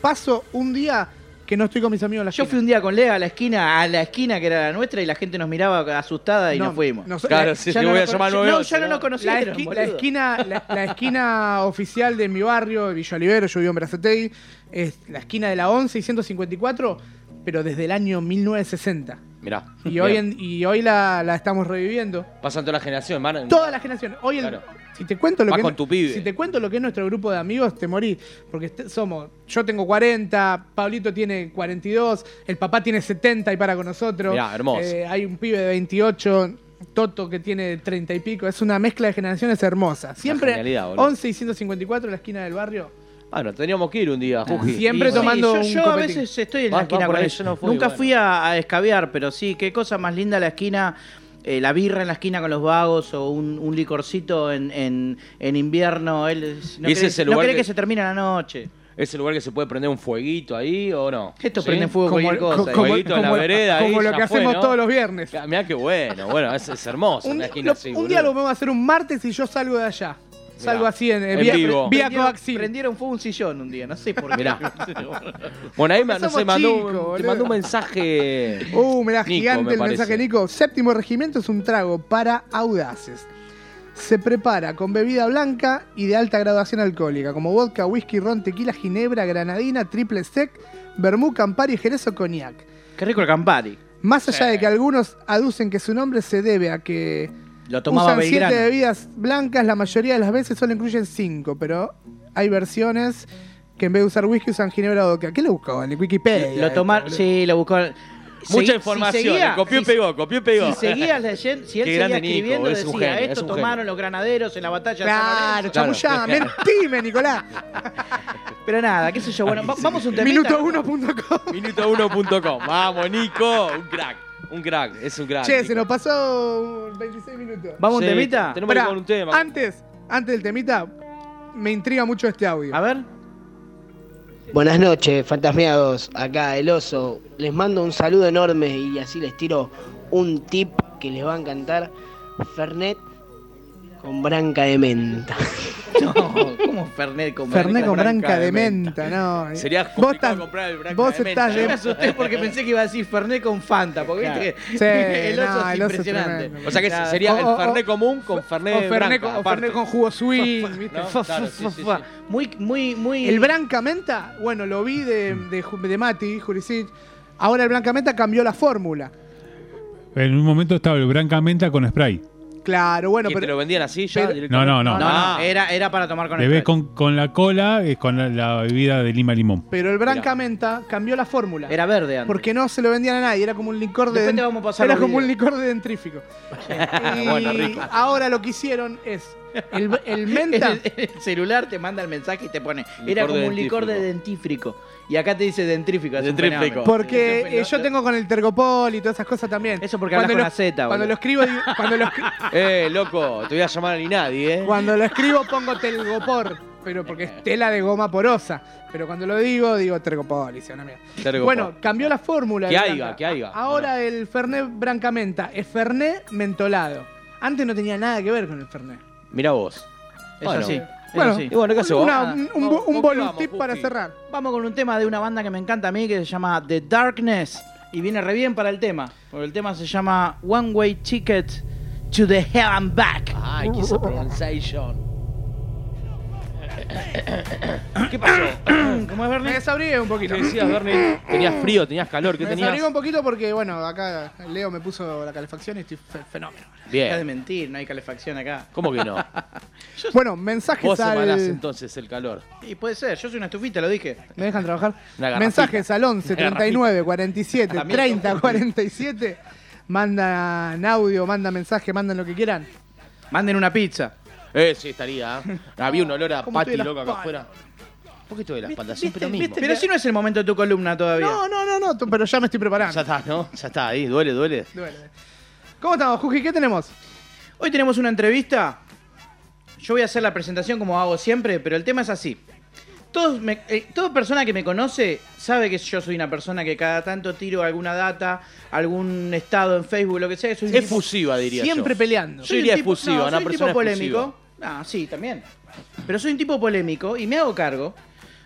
C: paso un día que no estoy con mis amigos en la
A: Yo
C: esquina.
A: fui un día con Lea a la esquina, a la esquina que era la nuestra y la gente nos miraba asustada y
C: No, eh,
A: nos fuimos.
C: no,
B: Claro,
C: la-
B: sí,
A: Ya
B: te
A: no
B: voy a
A: nos
B: llamar
A: conocí-
B: 9
A: No, ya no nos
C: La,
A: conocieron,
C: esqui- la
A: boludo.
C: esquina, la, la esquina oficial de mi barrio, de Villa Olivero, yo vivo en Brazategui, es la esquina de la 11 y 154, pero desde el año 1960.
B: Mirá.
C: Y
B: Bien.
C: hoy, en- y hoy la, la estamos reviviendo.
B: Pasan toda la generación, man.
C: Todas las generaciones. Hoy el-
B: Claro.
C: si te cuento lo
B: Vas
C: que es-
B: con tu pibe.
C: si te cuento lo que es nuestro grupo de amigos, te morí, porque este- somos yo tengo 40, Pablito tiene 42, el papá tiene 70 y para con nosotros.
B: Mirá, hermoso.
C: Eh, hay un pibe de 28. Toto que tiene treinta y pico. Es una mezcla de generaciones hermosa. Siempre
B: genialidad, boludo.
C: 11 y 154 en la esquina del barrio.
B: Ah, no, teníamos que ir un día, Juji.
C: Siempre
A: Sí,
C: tomando
A: yo,
C: un
A: yo a
C: copetín.
A: veces estoy en
B: Vas-
A: la esquina
B: vas por
A: con
B: ahí,
A: eso.
B: yo no fui,
A: Nunca
B: bueno.
A: fui a, a escabear, pero sí, qué cosa más linda la esquina, eh, la birra en la esquina con los vagos o un, un licorcito en, en- en invierno. Él, es- no
B: Y ese
A: querés,
B: es el
A: no
B: lugar
A: querés que...
B: que-
A: se termine la noche.
B: ¿Es el lugar que se puede prender un fueguito ahí o no?
A: Esto
B: ¿Sí?
A: prende fuego cualquier cosa.
B: como-
A: eh.
B: Jueguito en la vereda, ahí
C: como lo
B: ya
C: que
B: fue,
C: hacemos
B: ¿no?
C: todos los viernes.
B: Ya, Ah, Mirá qué bueno, bueno, es, es hermoso.
C: Un,
B: una
C: día-
B: esquina
C: lo-
B: así,
C: un
B: boludo.
C: día lo vamos a hacer un martes y yo salgo de allá. Salgo así en, eh,
B: en
C: vía,
B: vivo.
C: vía
A: Prendieron-
C: coaxil.
A: Prendieron fuego un sillón un día, no sé por qué. [laughs]
B: Mirá. Bueno, ahí me, no
C: Somos
B: sé, mandó,
C: chicos,
B: un- te
C: boludo.
B: mandó un mensaje.
C: [laughs] Uh, me da
B: Nico,
C: gigante
B: me
C: el
B: parece.
C: mensaje, Nico. Séptimo regimiento es un trago para audaces. Se prepara con bebida blanca y de alta graduación alcohólica, como vodka, whisky, ron, tequila, ginebra, granadina, triple sec, vermú, campari, jerez o cognac.
A: Qué rico el Campari.
C: Más allá de que algunos aducen que su nombre se debe a que
A: Lo tomaba
C: usan
A: Belgrano.
C: siete bebidas blancas, la mayoría de las veces solo incluyen cinco, pero hay versiones que en vez de usar whisky usan ginebra o vodka. ¿Qué le buscaban? En Wikipedia.
A: Lo tomar,
C: esto,
A: sí, lo buscó. Segui- si
B: Mucha información,
A: seguía-
B: le copió y
A: si-
B: pegó, copió y pegó.
A: Si
B: [laughs]
A: seguías leyendo, si él
B: Qué
A: seguía
B: grande Nico,
A: escribiendo,
B: es un
A: decía,
B: genio, es
A: esto
B: un genio".
A: tomaron los granaderos en la batalla de San
C: Claro,
A: Lorenzo".
B: Claro.
C: chamullá, mentime, Nicolás.
A: Pero nada, qué sé yo, bueno, va- vamos a un temita.
C: Minuto1.com.
B: Minuto1.com. Vamos, Nico. Un crack. Un crack. Es un crack.
C: Che,
B: Nico.
C: se nos pasó un 26 minutos.
A: Vamos a
B: Sí,
A: un temita.
B: tenemos- que
C: Pará,
B: ir con un tema.
C: Antes, antes del temita, me intriga mucho este audio.
A: A
B: [laughs]
A: ver.
H: Buenas noches, fantasmeados. Acá el oso. Les mando un saludo enorme y así les tiro un tip que les va a encantar. Fernet con branca de menta.
A: No, ¿cómo Fernet con
C: Fernet con
A: Branca?
C: branca de
B: de menta.
C: menta, no.
B: Sería
C: Vos
B: complicado
C: estás-
B: comprar el branca
C: Vos
B: de menta,
C: estás
A: Yo me
C: de...
A: asusté porque pensé que iba a decir Fernet con Fanta, porque
B: Claro.
A: viste que [laughs]
C: Sí,
A: el oso
C: no,
A: es
C: el oso es
A: impresionante.
C: tremendo.
B: O sea que
A: Claro. [laughs]
B: sería
C: O- o-
B: el Fernet
C: o-
B: común con Fernet,
C: o Fernet,
B: branca,
C: con- o
B: aparte.
C: Fernet con jugo swing. ¿viste?
B: ¿no?
A: Fa, fa,
B: Claro, sí,
A: fa,
B: sí,
A: fa.
B: sí.
A: Muy, muy, muy.
C: El branca menta, bueno, lo vi de,
B: Mm.
C: de, Ju- de Mati, Jurisic. Ahora el branca menta cambió la fórmula.
G: En un momento estaba el branca menta con spray.
C: Claro, bueno,
B: ¿Que te lo
C: pero...
B: vendían así ya
C: pero-
B: directamente?
G: No, no, no.
A: No, no,
B: Ah.
A: era, era para tomar con
G: Bebés
A: spray.
G: con, con la cola, es con la, la bebida de lima limón.
C: Pero el branca menta cambió la fórmula.
A: Era verde antes.
C: Porque no se lo vendían a nadie, era como un licor de.
A: Después te vamos a pasar
C: era
A: los
C: como un
A: videos. Ah,
C: licor de dentrífico.
A: [laughs]
C: y
B: Bueno, rico.
C: ahora lo que hicieron es. El, el menta.
A: [laughs] El, el celular te manda el mensaje y te pone. Era
B: Licor
A: como
B: de
A: un licor de dentífrico. Y acá te dice dentrífico. es un
B: Dentrífico.
A: fenómeno.
C: Porque
A: Es un fenómeno.
C: eh, yo tengo con el tergopol y todas esas cosas también.
A: Eso porque hablas con la Z,
C: Cuando
A: boludo.
C: lo escribo.
A: [laughs]
C: digo- Cuando lo, escri-
B: Eh, loco, te voy a llamar ni nadie, eh.
C: cuando lo escribo pongo telgopor. Pero porque es tela de goma porosa. Pero cuando lo digo, digo tergopol. Y se van a mierda.
B: Tergo
C: Bueno,
B: pop.
C: cambió la fórmula.
B: Que
C: del
B: haiga,
C: Branca.
B: que haiga.
C: Ahora el Fernet Branca Menta es Fernet mentolado. Antes no tenía nada que ver con el Fernet.
B: Mira vos.
A: Es
B: Bueno.
A: así.
C: Bueno,
A: es así.
B: Y bueno, ¿qué haces vos?
C: Una- un un,
B: Vamos,
C: un
B: vamos,
C: bonus
B: vamos,
C: tip
B: Pupi.
C: para cerrar.
A: Vamos con un tema de una banda que me encanta a mí que se llama The Darkness. Y viene re bien para el tema. Porque el tema se llama One Way Ticket to the Hell and Back.
B: Ay, quiso
A: [coughs]
B: pronunciation. ¿Qué [coughs] pasó?
A: ¿Cómo es
C: Me
A: Bernie?
C: desabrigué un
B: ¿Qué
C: poquito.
B: decías, [laughs] Bernie? ¿Tenías frío? ¿Tenías calor? ¿Qué
C: Me
B: tenías?
C: desabrigué un poquito porque, bueno, acá Leo me puso la calefacción y estoy fe- fenómeno.
A: Deja de
B: Bien.
A: mentir, no hay calefacción acá.
B: ¿Cómo que
C: [laughs]
B: no?
C: Bueno, mensajes
B: Vos emanás
C: al...
B: entonces el calor.
A: Y puede ser, yo soy una estufita, lo dije.
C: ¿Me dejan trabajar?
B: Una garrafita.
C: Mensajes al 11
B: Una [laughs]
C: 39 47
A: También
C: 30 47. Mandan audio, mandan mensaje, mandan lo que quieran.
A: Manden una pizza.
B: Eh, sí, estaría. [laughs] ¿eh? Había un olor a
C: ¿Cómo
B: pati
C: estoy de la
B: loco acá
C: espalda?
B: afuera. ¿Por qué estoy de la espalda? Siempre lo
A: ¿Viste?
B: mismo.
A: Pero si no es el momento de tu columna todavía.
C: No, no, no, no, t- pero ya me estoy
B: Ya
C: preparando.
B: está, ¿no? Ya está, ahí. Duele, duele.
C: Duele. ¿Cómo estamos, Juji? ¿Qué tenemos?
A: Hoy tenemos una entrevista. Yo voy a hacer la presentación como hago siempre, pero el tema es así. Todos me- eh, toda persona que me conoce sabe que yo soy una persona que cada tanto tiro alguna data, algún estado en Facebook, lo que sea. Soy un tipo-
B: Efusiva, diría
C: Siempre
B: yo.
C: peleando.
A: soy un
B: diría
A: tipo-
B: efusiva,
A: no,
B: una
A: soy un
B: persona
A: tipo polémico.
B: efusiva.
A: Ah, sí, también. Pero soy un tipo polémico y me hago cargo.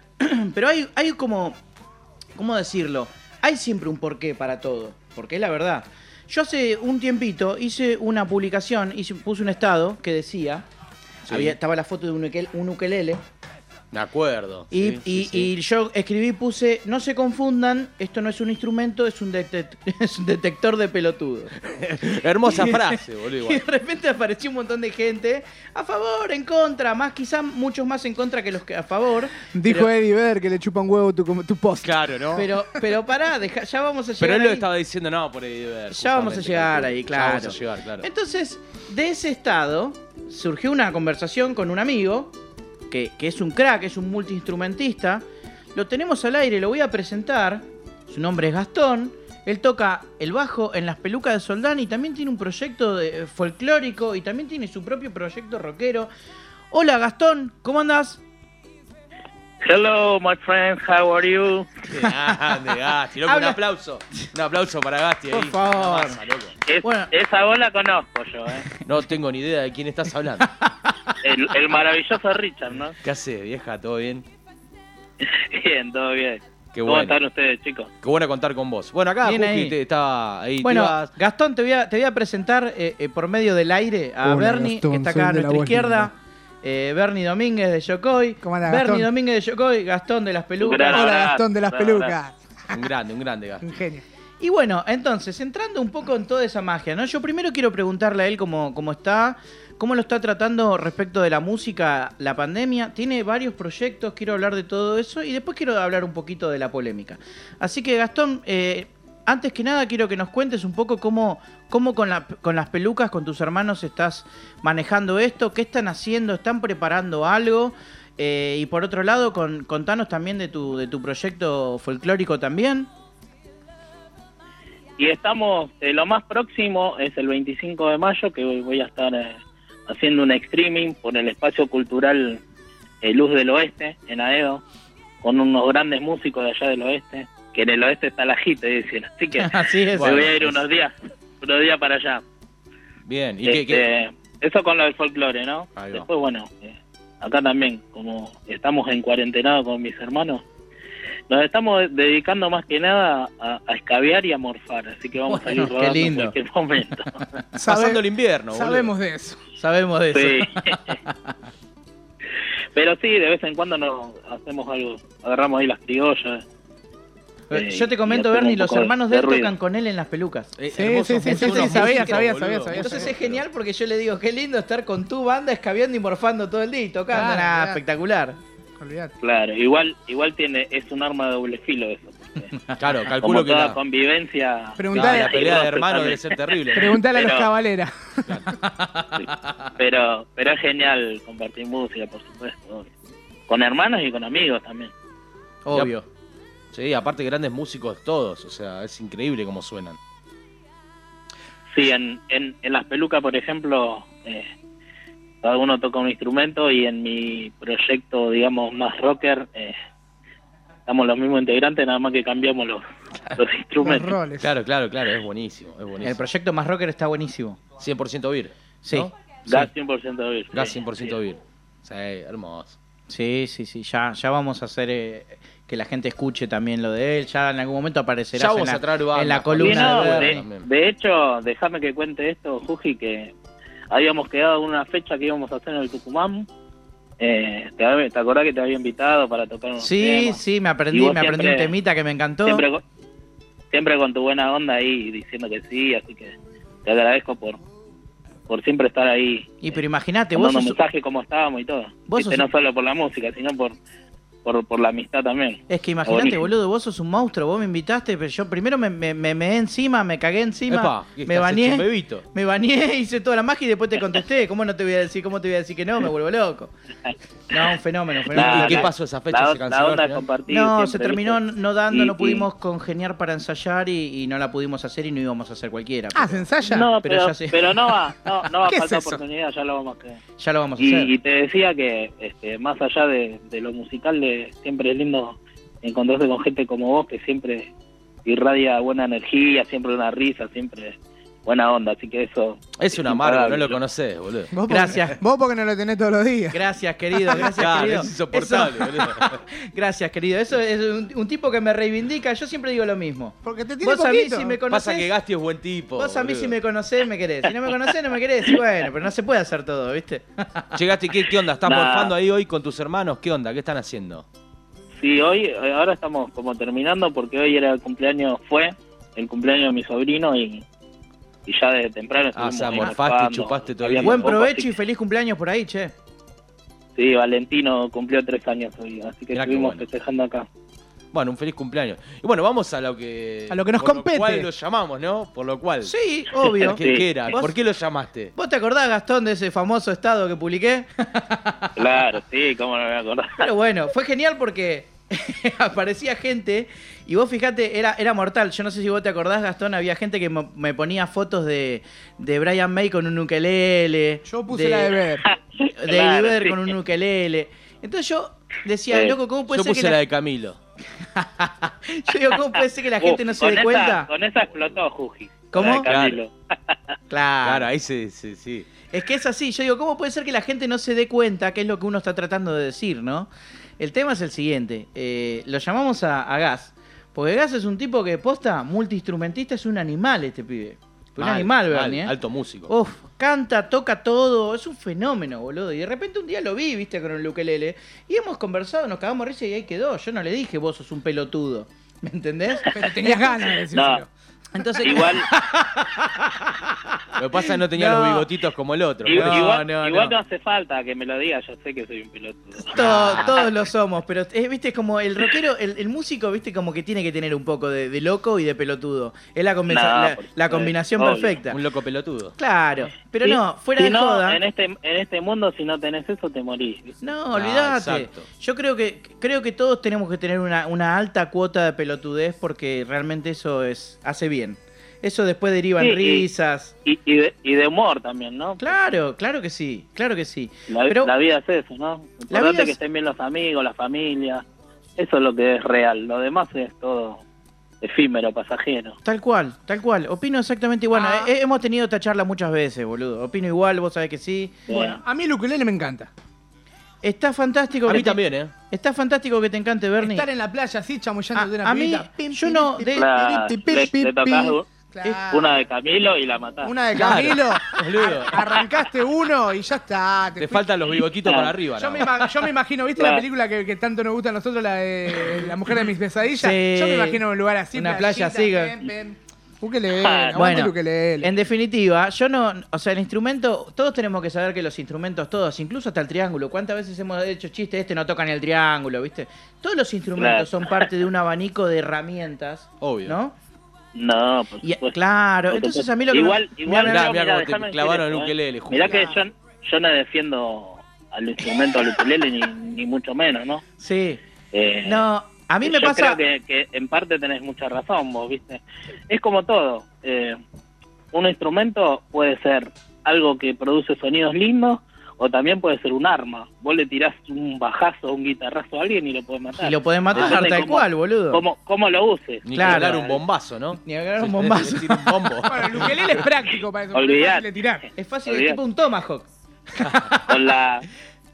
A: [clears throat] Pero hay, hay como. ¿Cómo decirlo? Hay siempre un porqué para todo. Porque es la verdad. Yo hace un tiempito hice una publicación, hice, puse un estado que decía.
B: Sí.
A: había- estaba la foto de un, ukel- un ukelele.
B: De acuerdo.
A: Y,
B: sí,
A: y-
B: sí, sí.
A: y yo escribí, puse, no se confundan, esto no es un instrumento, es un, detec- [laughs] es un detector de pelotudos.
B: Hermosa frase, boludo.
A: [laughs] Y de
B: igual.
A: repente apareció un montón de gente a favor, en contra, más quizá muchos más en contra que los que a favor.
C: Dijo
A: pero,
C: Eddie Vedder que le chupa un huevo tu, com- tu
B: [laughs]
C: post.
B: Claro, ¿no? Pero,
A: Pero, pero pará, deja- ya vamos a llegar
B: él lo
A: ahí.
B: estaba diciendo, no, por ahí. ver,
A: Ya vamos a
B: justamente,
A: llegar
B: calculo.
A: ahí,
B: Ya
A: claro.
B: vamos a llegar, [laughs] claro.
A: Entonces, de ese estado surgió una conversación con un amigo, que, que es un crack, es un multiinstrumentista. Lo tenemos al aire, lo voy a presentar. Su nombre es Gastón. Él toca el bajo en las pelucas de Soldán y también tiene un proyecto de- eh, folclórico y también tiene su propio proyecto rockero. Hola Gastón, ¿cómo andás?
I: Hello, my friend, how are you?
B: Grande, Gasti, loco, un
A: Habla-
B: aplauso. Un aplauso para Gasti
A: Por
B: ahí.
A: favor.
B: Una masa, loco.
I: Es-
A: Bueno.
I: Esa voz la conozco yo, ¿eh?
B: No tengo ni idea de quién estás [laughs] hablando.
I: El, el maravilloso Richard, ¿no?
B: ¿Qué hace, vieja? ¿Todo bien?
I: [laughs] Bien, todo bien.
B: Qué
I: ¿Cómo
B: bueno.
I: están ustedes, chicos?
B: Qué bueno contar con vos. Bueno, acá
A: Bien
B: Juki
A: ahí.
B: te- estaba ahí. te
A: Bueno,
B: ibas-
A: Gastón, te voy a, te voy a presentar eh, eh, por medio del aire a
C: Hola,
A: Bernie,
C: Gastón,
A: que está
C: soy
A: acá a
C: el de la
A: nuestra
C: voz
A: izquierda. Eh, Bernie Domínguez de Yocoy.
C: ¿Cómo andás,
A: Bernie
C: Gastón?
A: Domínguez de Yocoy, Gastón de las Pelucas.
I: Gran
C: Hola,
I: abrazo,
C: Gastón de las
I: gran
C: pelucas.
I: abrazo.
B: un grande, un grande Gasti.
C: Un genio.
A: Y bueno, entonces, entrando un poco en toda esa magia, ¿no? Yo primero quiero preguntarle a él cómo, cómo está, cómo lo está tratando respecto de la música, la pandemia. Tiene varios proyectos, quiero hablar de todo eso y después quiero hablar un poquito de la polémica. Así que, Gastón, eh, antes que nada quiero que nos cuentes un poco cómo, cómo con, la- con las pelucas, con tus hermanos estás manejando esto, qué están haciendo, están preparando algo. Eh, y por otro lado, con, contanos también de tu, de tu proyecto folclórico también. [laughs]
I: Y estamos, eh, lo más próximo es el 25 de mayo, que hoy voy a estar eh, haciendo un streaming por el espacio cultural eh, Luz del Oeste, en Aedo, con unos grandes músicos de allá del oeste, que en el oeste está la jita, dicen. Así
B: [laughs]
I: que me
A: Así es.
I: voy a ir unos días, unos días para allá.
B: Bien, ¿y qué-
I: Este,
B: qué?
I: Eso con lo del folclore, ¿no?
B: Ahí va.
I: Después, bueno, eh, acá también, como estamos en cuarentena con mis hermanos, nos estamos de- dedicando más que nada a, a escabear y a morfar, así que vamos
A: Bueno,
I: a ir
A: qué
I: rodando
A: lindo.
I: en cualquier momento.
C: Sabe-
B: Pasando el invierno, boludo.
C: sabemos de eso.
A: Sabemos de [laughs] eso.
I: Sí. Pero sí, de vez en cuando nos hacemos algo, agarramos ahí las criollas.
A: Eh,
I: Sí,
A: Yo te comento,
I: y hacemos
A: Bernie,
I: un
A: los
I: poco de-
A: hermanos de él
I: de ruido.
A: tocan con él en las pelucas.
B: Eh,
C: Sí,
B: hermosos
C: sí, sí,
B: músicos,
A: sí, sí,
B: unos
A: sabía,
B: músicos, boludo.
C: sabía, sabía, sabía,
B: Entonces
A: Entonces
C: sabía.
A: es genial porque yo le digo, qué lindo estar con tu banda escabeando y morfando todo el día y tocando.
C: Claro,
A: Nah,
C: claro.
A: Ah, espectacular.
C: Olvídate.
I: Claro, igual igual tiene es un arma de doble filo eso. porque
B: Claro, calculo
I: Como
B: que
I: toda
B: la,
I: convivencia...
C: Preguntale-
B: la
I: hay
B: pelea de
I: roces
B: hermanos
I: también.
B: debe ser terrible.
C: Preguntale a los
I: Pero-
C: cabaleras.
I: pero pero es genial compartir música por supuesto obvio. con hermanos y con amigos también
A: Obvio.
B: Sí, aparte grandes músicos todos, o sea, es increíble cómo suenan.
I: sí en, en, en las pelucas por ejemplo eh, cada uno toca un instrumento y en mi proyecto digamos más rocker eh, estamos los mismos integrantes nada más que cambiamos los, los
C: Los
I: instrumentos
C: roles.
B: Claro, claro, claro, es buenísimo, es
A: El
B: buenísimo.
A: proyecto Más Rocker está buenísimo.
B: 100% vir.
A: Sí.
B: ¿no?
I: gas 100% de vir,
B: Gas
I: sí,
B: 100%
I: sí.
B: vir. Sí, hermoso.
A: Sí, sí, sí. Ya, ya vamos a hacer eh, que la gente escuche también lo de él. Ya en algún momento aparecerá
B: Ya
A: en
B: vamos a
A: la,
B: traer bandas.
A: en la
I: Sí,
A: columna
I: no,
A: de
B: Luna
I: de,
A: Bernie.
B: Verde.
I: de hecho, déjame que cuente esto, Juji, que habíamos quedado en una fecha que íbamos a hacer en el Tucumán. Eh, ¿te, hab- te acordás que te había invitado para tocar unos
A: Sí,
I: temas?
A: sí, me
I: Y
A: aprendí,
I: vos
A: me aprendí un
I: siempre-
A: temita que me encantó.
I: Siempre, con- siempre con tu buena onda ahí diciendo que sí, así que te agradezco por por siempre estar ahí. eh,
A: Y pero imagínate, vos
I: mandando
A: sos-
I: mensajes como estábamos y todo.
A: vos
I: Viste,
A: sos-
I: no solo por la música, sino por, por, por la amistad también.
A: Es que imagínate,
I: Buenísimo.
A: boludo, vos sos un monstruo, vos me invitaste, pero yo primero me, me, me meé encima, me cagué encima,
B: Epa, ¿qué
A: me
B: estás hecho un
A: bañé,
B: bebito?
A: me bañé, [laughs] hice toda la magia y después te contesté. ¿Cómo no te voy a decir, cómo te voy a decir que no? Me vuelvo loco. No, un fenómeno, un fenómeno.
I: Nah,
B: ¿Y qué
I: la-
B: pasó esa fecha?
I: la,
B: ¿Se canceló
I: la
B: al
I: onda de
B: final?
I: compartir.
A: No,
I: siempre,
A: se
I: ¿viste?
A: terminó no dando,
I: Y-
A: no
I: y-
A: pudimos congeniar para ensayar y, y no la pudimos hacer y no íbamos a hacer cualquiera.
C: Ah, ¿se
A: pero
C: ensaya?
I: No,
A: Pero
I: pero, pero,
A: ya sí.
I: no va, no,
B: [laughs]
I: no va a
C: ¿Qué es
I: faltar
C: eso?
I: oportunidad, ya lo vamos a hacer.
A: ya lo vamos a hacer.
I: Y, y te decía que este, más allá de, de lo musical, de- siempre es lindo encontrarse con gente como vos que siempre irradia buena energía, siempre una risa, siempre buena onda, así que eso.
B: Es un amargo, no lo
I: conocí.
B: conocés, boludo.
C: Vos porque-
A: Gracias.
C: vos porque no lo tenés todos los días.
A: Gracias,
B: [laughs]
A: querido. Gracias,
B: Claro,
A: querido.
B: es insoportable,
A: Eso-
B: boludo.
A: gracias, querido. Eso es un, un tipo que me reivindica. Yo siempre digo lo mismo.
C: Porque te tiene
A: Vos a mí
C: poquito.
A: si me
B: Pasa que
A: conocés,
B: Gasti es buen
I: Oh,
B: tipo.
A: vos a mí
B: boludo.
A: si me conocés me querés. Si no me conocés no me querés. Y bueno, pero no se puede hacer todo, ¿viste?
B: Che, Gasti, ¿qué, qué onda? ¿Estás
I: Nah.
B: morfando ahí hoy con tus hermanos? ¿Qué onda? ¿Qué están haciendo?
I: Sí, hoy, ahora estamos como terminando porque hoy era el cumpleaños, fue el cumpleaños de mi sobrino y, y ya desde temprano
B: Ah, o sea,
I: ahí
B: morfaste,
I: morfando,
B: chupaste todo el
I: había
B: día.
A: Buen
I: poco,
A: provecho
I: así
A: y feliz cumpleaños por ahí, che.
I: que- Sí, Valentino cumplió tres años hoy, así que
B: Mirá qué
I: estuvimos
B: bueno.
I: festejando acá.
B: Bueno, un feliz cumpleaños. Y bueno, vamos a lo que.
C: A lo que nos
B: por
C: compete.
B: Lo cual lo llamamos, ¿no? Por lo cual.
A: Sí, obvio.
I: [laughs]
B: ¿Qué,
I: Sí.
B: qué era?
A: ¿Vos-
B: ¿Por qué lo llamaste?
A: ¿Vos te acordás, Gastón, de ese famoso estado que publiqué?
I: Claro, sí, cómo no me voy a acordar.
A: Pero bueno, fue genial porque [laughs] aparecía gente y vos fijate, era, era mortal. Yo no sé si vos te acordás, Gastón, había gente que mo- me ponía fotos de, de Brian May con un ukelele.
C: Yo puse la de ver.
A: De
I: Claro,
A: Iber
I: sí.
A: con un ukelele. Entonces yo decía,
I: Sí.
A: loco, ¿cómo puede
B: Yo
A: ser que
B: puse
A: la,
B: la de Camilo.
A: [laughs] yo digo, ¿cómo puede ser que la gente
I: Uf,
A: no se
I: con
A: dé
I: esa-
A: cuenta?
I: Con esa explotó Juji.
A: ¿Cómo?
I: La de Camilo.
A: Claro.
B: Claro, ahí sí, sí, sí.
A: Es que es así. Yo digo, ¿cómo puede ser que la gente no se dé cuenta qué es lo que uno está tratando de decir, no? El tema es el siguiente. eh, lo llamamos a, a Gas. Porque Gas es un tipo que posta multiinstrumentista, es un animal este pibe. Un
B: Mal,
A: animal,
B: mal,
A: Bernie, ¿eh?
B: Alto músico.
A: Uf, canta, toca todo, es un fenómeno, boludo. Y de repente un día lo vi, viste, con el ukelele. Y hemos conversado, nos cagamos de risa y ahí quedó. Yo no le dije, vos sos un pelotudo. ¿Me entendés?
C: Pero
A: [laughs]
C: tenías ganas de decirlo.
I: No,
A: Entonces,
I: igual,
B: Lo que pasa es que no tenía
A: No.
B: los bigotitos como el otro.
I: i-
B: ¿no?
I: igual,
A: no,
I: igual
A: no.
I: no hace falta que me lo diga, yo sé que soy un pelotudo.
A: To- todos lo somos, pero es, viste, es como el rockero, el, el músico, viste, como que tiene que tener un poco de, de loco y de pelotudo. Es la, convenza-
I: No,
A: la-
I: por
A: la
I: supuesto,
A: combinación
I: obvio.
A: perfecta.
B: Un loco pelotudo.
A: Claro, pero
I: Si-
A: no, fuera
I: si
A: de
I: no,
A: joda.
I: En este, en este mundo, si no tenés eso, te morís.
A: No,
B: Ah,
A: olvídate.
B: exacto.
A: Yo creo que creo que todos tenemos que tener una, una alta cuota de pelotudez porque realmente eso es hace bien. Eso después deriva
I: Sí,
A: en
I: y-
A: risas.
I: Y, y, de, y de humor también, ¿no?
A: Claro, claro que sí, claro que sí.
I: La,
A: pero
I: la vida es eso, ¿no?
A: La
I: Importante
A: vida es-
I: que estén bien los amigos, la familia. Eso es lo que es real. Lo demás es todo efímero, pasajero.
A: Tal cual, tal cual. Opino exactamente igual.
C: Ah.
A: He- hemos tenido esta charla muchas veces, boludo. Opino igual, vos sabés que sí.
I: Bueno.
C: A mí el ukelele me encanta.
A: Está fantástico.
B: A
A: que
B: mí
A: te-
B: también, ¿eh?
A: Está fantástico que te encante, Bernie.
C: Estar en la playa así chamullando de
A: A,
C: una
A: a mí,
C: pibita. Pim,
A: yo
C: pim,
A: no.
C: pim,
A: de-
I: Claro,
C: pi, pi,
I: le,
C: pi,
I: le tocás
C: pi.
I: u-
A: Ah.
C: Claro.
I: una de Camilo y la matás.
C: Una de
B: Claro,
C: Camilo.
B: boludo.
C: ar- Arrancaste uno y ya está. te
B: Te
C: fuiste.
B: faltan los bigotitos
I: Claro.
B: para arriba.
C: Yo
B: nada
C: me,
B: más.
C: ima- yo me imagino, ¿viste
I: Claro.
C: la película que, que tanto nos gusta a nosotros, la de La mujer de mis pesadillas?
A: Sí.
C: Yo me imagino un lugar así.
A: Una playa
C: playita,
A: así,
C: pem, pem. Ukelele, aguante
I: Ah,
C: el
A: Bueno,
C: ukelele.
A: en definitiva, yo no, o sea, el instrumento, todos tenemos que saber que los instrumentos, todos, incluso hasta el triángulo, ¿cuántas veces hemos hecho chistes? Este no toca ni el triángulo, ¿viste? Todos los instrumentos
I: Claro.
A: son parte de un abanico de herramientas,
B: Obvio.
A: ¿no?
I: No, por
A: Y,
I: supuesto.
A: claro,
I: Por
A: entonces
I: supuesto.
A: a mí lo que...
I: Igual,
B: Mirá,
I: igual no,
B: mirá cómo te
I: déjame decir
B: clavaron el
I: esto, ¿eh?
B: ukelele, Julio.
I: Mirá que yo, yo no defiendo al instrumento al ukelele ni, ni mucho menos, ¿no?
A: Sí,
I: Eh,
A: no, a mí me
I: yo
A: pasa...
I: creo que, que en parte tenés mucha razón vos, ¿viste? Es como todo. eh, un instrumento puede ser algo que produce sonidos lindos o también puede ser un arma. Vos le tirás un bajazo, un guitarrazo a alguien y lo podés matar.
A: Y lo podés matar
I: Depende
A: tal
I: cómo-
A: cual, boludo.
I: ¿Cómo, cómo lo uses?
B: Ni
A: Claro.
B: que hablar un bombazo, ¿no?
A: Ni hablar un
B: Sí,
A: bombazo.
B: decir un bombo.
A: [laughs]
C: Bueno, el ukelele es práctico para eso. porque es
I: Olvidate.
C: fácil de tirar.
A: Es fácil, es
I: Olvidate.
A: tipo un tomahawk.
I: Con la...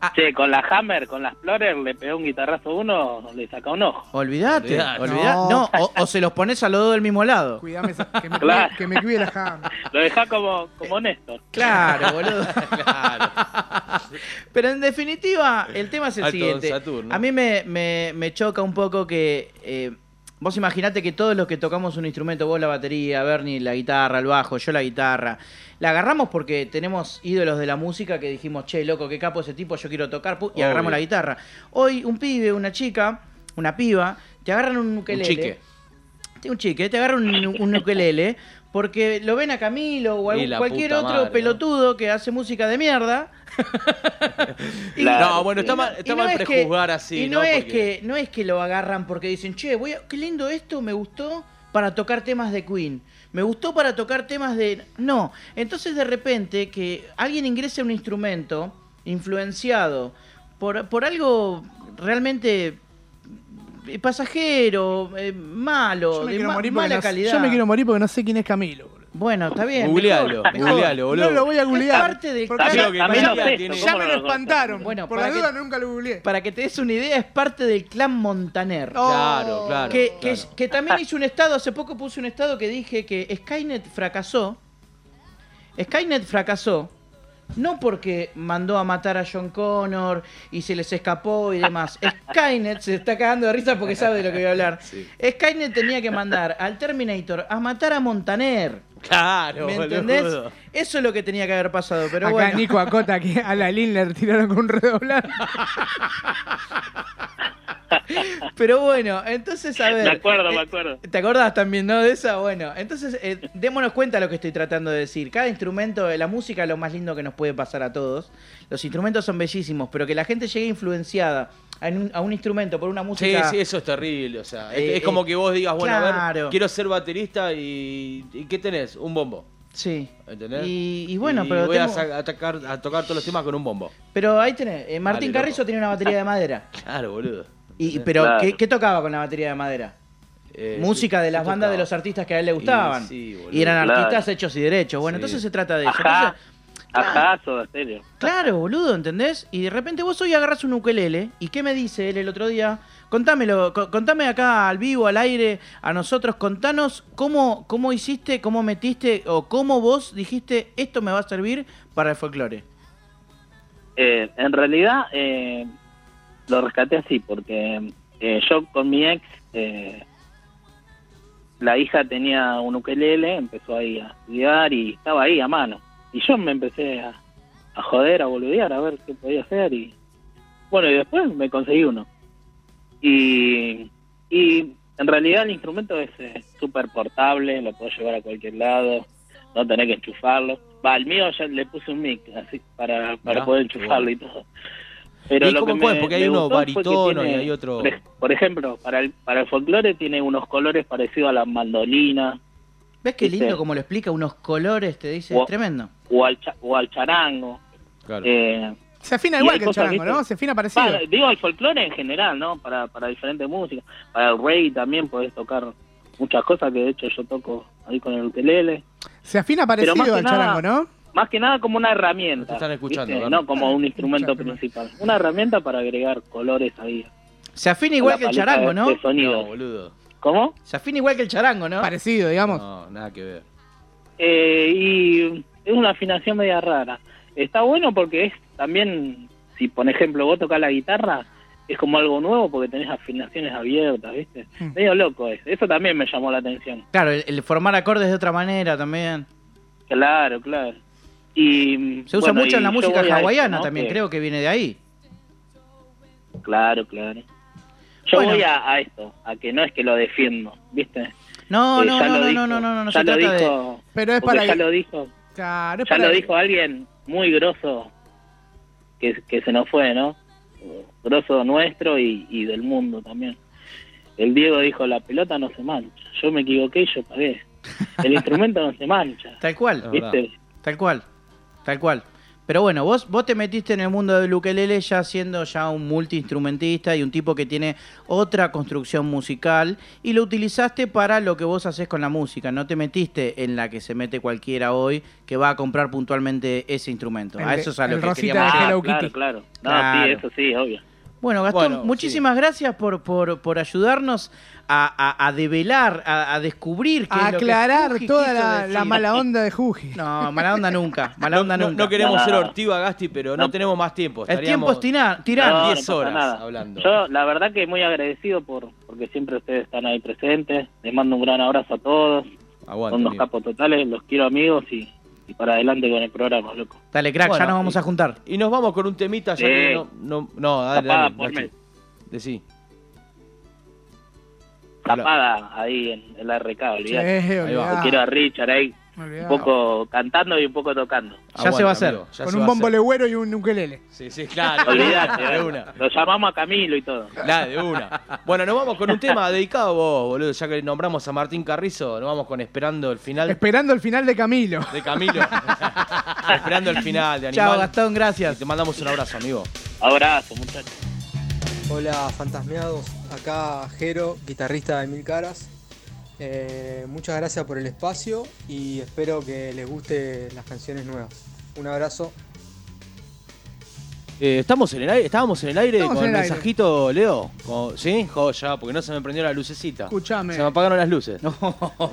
A: Ah.
I: Che, con la Hammer, con la Explorer, le pegó un guitarrazo a uno, le saca un ojo.
A: Olvídate,
B: Olvidate.
A: olvidate. No, o, o se los pones a los dos del mismo lado.
C: Cuidame, esa- que me,
I: Claro.
C: cuide, que me cuide la jamba.
I: Lo dejá como, como Néstor.
A: Claro, boludo.
B: Claro.
A: [laughs] Pero en definitiva, el tema es el
B: Alto
A: siguiente.
B: Don Saturno.
A: A mí me, me- me choca un poco que. eh, vos imaginate que todos los que tocamos un instrumento, vos la batería, Bernie la guitarra, el bajo, yo la guitarra, la agarramos porque tenemos ídolos de la música que dijimos, che, loco, qué capo ese tipo, yo quiero tocar, pu- y
B: Obvio.
A: agarramos la guitarra. Hoy, un pibe, una chica, una piba, te agarran un
B: Un
A: ukelele.
B: chique.
A: Tiene un chique, te agarra un, un ukelele porque lo ven a Camilo o
B: Y
A: algún-
B: la
A: cualquier
B: puta
A: otro
B: madre, ¿no?
A: pelotudo que hace música de mierda. Y-
I: Claro,
B: no, bueno, está
I: sí.
B: mal, está
A: y no
B: mal
A: es que-
B: prejuzgar así.
A: Y no, es
B: Porque-
A: que, no es que lo agarran porque dicen, che, voy a- qué lindo esto, me gustó para tocar temas de Queen. Me gustó para tocar temas de... No, entonces de repente que alguien ingrese a un instrumento influenciado por, por algo realmente pasajero, eh, malo,
C: Yo me
A: de
C: quiero
A: ma-
C: morir porque
A: mala
C: no-
A: calidad.
C: Yo me quiero morir porque no sé quién es Camilo. boludo.
A: Bueno, está bien.
B: Googlealo,
A: mejor, [laughs] mejor.
B: googlealo, boludo.
C: No lo voy a googlear.
A: Es parte del
B: Está
C: ya,
B: claro que
C: ya
B: María
C: me-
B: tiene-
C: ya me lo espantaron.
A: Bueno,
C: Por
A: para
C: la
A: que-
C: duda nunca lo googleé.
A: Para que te des una idea, es parte del clan Montaner.
C: Oh.
B: Claro, claro.
A: que,
B: claro.
A: que- que
B: [laughs]
A: también hizo un estado, hace poco puse un estado que dije que Skynet fracasó. Skynet fracasó. No porque mandó a matar a John Connor y se les escapó y
B: [laughs]
A: demás. Skynet se está cagando de risa porque sabe de lo que voy a hablar.
B: Sí.
A: Skynet tenía que mandar al Terminator a matar a Montaner.
B: Claro,
A: ¿Me
B: boludo.
A: entendés? Eso es lo que tenía que haber pasado. Pero
C: Acá
A: bueno,
C: Nico acota que a la Lin le retiraron con un redoblante.
A: pero bueno, entonces a ver.
I: Me acuerdo,
A: eh,
I: me acuerdo.
A: [laughs] ¿Te acordás también, no? De esa, bueno. Entonces, eh, démonos cuenta de lo que estoy tratando de decir. Cada instrumento, eh, la música es lo más lindo que nos puede pasar a todos. Los instrumentos son bellísimos, pero que la gente llegue influenciada a un, a un instrumento por una
B: Sí,
A: música.
B: sí, eso es terrible. O sea, es,
A: Eh,
B: es como
A: eh,
B: que vos digas, bueno, a ver,
A: claro.
B: quiero ser baterista y, y ¿qué tenés? Un bombo.
A: Sí.
B: ¿Entendés?
A: Y, y bueno, pero,
B: voy a
A: tengo-
B: sa- a, tocar, a tocar todos los temas con un bombo.
A: pero ahí tenés. eh, Martín
B: Dale,
A: Carrizo
B: loco.
A: tiene una batería de madera.
B: Claro, boludo.
A: Y, pero,
I: Claro.
A: ¿qué, qué tocaba con la batería de madera?
B: Eh,
A: Música de
B: yo-
A: las
B: yo
A: bandas de
B: tocaba.
A: los artistas que a él le gustaban. Y,
B: sí, boludo,
A: eran
I: claro.
A: artistas hechos y derechos. Bueno,
B: Sí.
A: entonces se trata de eso.
I: Ajá,
A: Entonces,
I: ajá, Soda Stereo.
A: Claro, boludo, ¿entendés? Y de repente vos hoy agarrás un ukelele. ¿Y qué me dice él el otro día? Contámelo, co- contame acá al vivo, al aire, a nosotros, contanos cómo, cómo hiciste, cómo metiste o cómo vos dijiste esto me va a servir para el folclore.
I: Eh, en realidad eh, lo rescaté así porque eh, yo con mi ex, eh, la hija tenía un ukelele, empezó ahí a estudiar y estaba ahí a mano. Y yo me empecé a, a joder, a boludear, a ver qué podía hacer. y Bueno, y después me conseguí uno. Y, y en realidad el instrumento es eh, súper portable, lo puedo llevar a cualquier lado, no tenés que enchufarlo. Va, al mío ya le puse un mic así para, para
B: Mirá,
I: poder
B: qué
I: enchufarlo y todo. Pero
B: ¿Y
I: lo
B: cómo
I: que
B: puedes?
I: me-
B: Porque
I: me
B: hay uno
I: gustó fue que
B: baritono y
I: tiene-
B: hay otro-
I: Por, ej- por ejemplo, para el, para el folclore tiene unos colores parecidos a la mandolina
A: ¿Ves qué
I: Sí,
A: lindo
I: sí.
A: como lo explica? Unos colores, te dice,
I: Wow.
A: es tremendo.
I: o al, cha- o al charango.
B: Claro.
I: Eh,
C: [laughs] Se afina
I: Y
C: igual
I: hay
C: que el
I: cosas,
C: charango,
I: ¿viste?
C: ¿no? Se afina parecido.
I: Para- digo al folclore en general, ¿no? Para, para diferentes músicas. Para el rey también podés tocar muchas cosas que de hecho yo toco ahí con el ukelele.
C: Se afina
I: Pero más
C: parecido
I: que
C: al
I: nada-
C: charango, ¿no?
I: Más que nada como una
B: No
I: herramienta.
B: te están escuchando,
I: ¿viste?
B: ¿verdad?
I: No como
A: Ah,
I: un instrumento
C: Escuchame.
I: principal. Una herramienta para agregar colores ahí.
A: Se afina igual
I: La
A: que el
I: paleta
A: charango,
I: de-
A: ¿no?
I: de sonido.
B: No, boludo.
I: ¿Cómo?
A: Se afina igual que el charango, ¿no?
C: Parecido, digamos.
B: No, nada que ver.
I: Eh, y es una afinación media rara. Está bueno porque es también, si por ejemplo vos tocas la guitarra, es como algo nuevo porque tenés afinaciones abiertas, ¿viste?
C: Mm.
I: Medio loco es. Eso también me llamó la atención.
A: Claro, el, el formar acordes de otra manera también.
I: Claro, claro. Y,
A: Se usa
I: bueno,
A: mucho en
I: y
A: la
I: yo
A: música
I: voy a eso,
A: hawaiana
I: ¿no?
A: también,
I: Que-
A: creo que viene de ahí.
I: Claro, claro. Yo
A: Bueno.
I: voy a, a esto, a que no es que lo defiendo, ¿viste?
A: No,
I: Eh,
A: no,
I: ya
A: no,
I: lo
A: no,
I: dijo,
A: no, no, no, no,
I: ya
A: se
I: lo
A: trata de-
I: dijo,
C: Pero es
I: porque
C: para.
I: ya lo dijo,
C: Claro, es
I: ya
C: para-
I: lo dijo alguien muy grosso que, que se nos fue, ¿no? Eh, Grosso nuestro y, y del mundo también. El Diego dijo, la pelota no se mancha. Yo me equivoqué y yo pagué. El instrumento no
B: [laughs]
I: se mancha.
A: Tal cual.
B: Es verdad.
I: ¿Viste?
A: Tal cual, tal cual. Pero bueno, vos, vos te metiste en el mundo del ukelele ya siendo ya un multiinstrumentista y un tipo que tiene otra construcción musical y lo utilizaste para lo que vos haces con la música. No te metiste en la que se mete cualquiera hoy que va a comprar puntualmente ese instrumento.
C: El
A: a
C: de-
A: eso es a lo
C: el
A: que
C: Rosita
A: queríamos
C: de
A: llegar.
I: Ah,
C: Hello
I: claro,
C: Kitty.
I: claro. No,
A: Claro.
I: sí, eso sí, obvio.
A: Bueno, Gastón,
B: Bueno,
A: muchísimas gracias por, por, por ayudarnos a, a- a develar, a, a descubrir, qué es
C: a
A: lo que
C: aclarar
A: Fuji
C: toda
A: quiso
C: la, la
A: decir.
C: mala onda de Juji.
A: No, mala onda nunca, mala onda
B: No,
A: nunca.
B: no queremos
I: Nada.
B: ser Ortiva Gasti, pero no,
I: No.
B: tenemos más tiempo.
A: El tiempo
B: Estaríamos
A: es tina- tirano.
I: No, no
B: 10
I: pasa
B: horas
I: nada.
B: hablando.
I: Yo, la verdad que muy agradecido por porque siempre ustedes están ahí presentes. Les mando un gran abrazo a todos.
B: Aguante,
I: Son unos
B: amigo.
I: capos totales. Los quiero amigos y, y para adelante con el programa, loco.
A: Dale, crack,
B: Bueno,
A: ya nos vamos
B: y-
A: a juntar.
B: Y nos vamos con un temita ya
I: Sí.
B: que no, no, no, dale,
I: Tapada,
B: dale,
I: ponme.
B: Gasti. Decí. Hola.
I: Tapada ahí en, en la RK, olvidate.
C: Che,
B: va.
C: olvidá,
I: Quiero a Richard ahí,
C: olvidá.
I: un poco cantando y un
B: [laughs]
I: poco tocando.
A: Ya se va a hacer.
B: amigo, ya
C: Con
B: se
C: un
B: va a
C: bombo
B: hacer.
C: legüero y un ukelele.
B: Sí, sí, claro.
I: Olvidate,
B: de
I: eh.
B: una.
I: lo llamamos a Camilo y todo.
B: La de una. Bueno, nos vamos con un tema dedicado a vos, boludo. Ya que nombramos a Martín Carrizo, nos vamos con Esperando el final
C: Esperando el final de Camilo.
B: de
C: [laughs]
B: Camilo. esperando el final de Animal.
A: Chao, Gastón,
B: Y
A: gracias.
B: te mandamos un abrazo, amigo.
I: Abrazo, muchachos.
J: Hola fantasmeados, acá Jero, guitarrista de Mil Caras. Eh, muchas gracias por el espacio y espero que les guste las canciones nuevas. Un abrazo.
B: Eh, estamos en el aire, estábamos en el aire
C: Estamos
B: con
C: en
B: el
C: el aire.
B: mensajito, Leo. Con- ¿Sí? Joya, porque no se me prendió la lucecita.
C: Escuchame.
B: Se me apagaron las luces. No,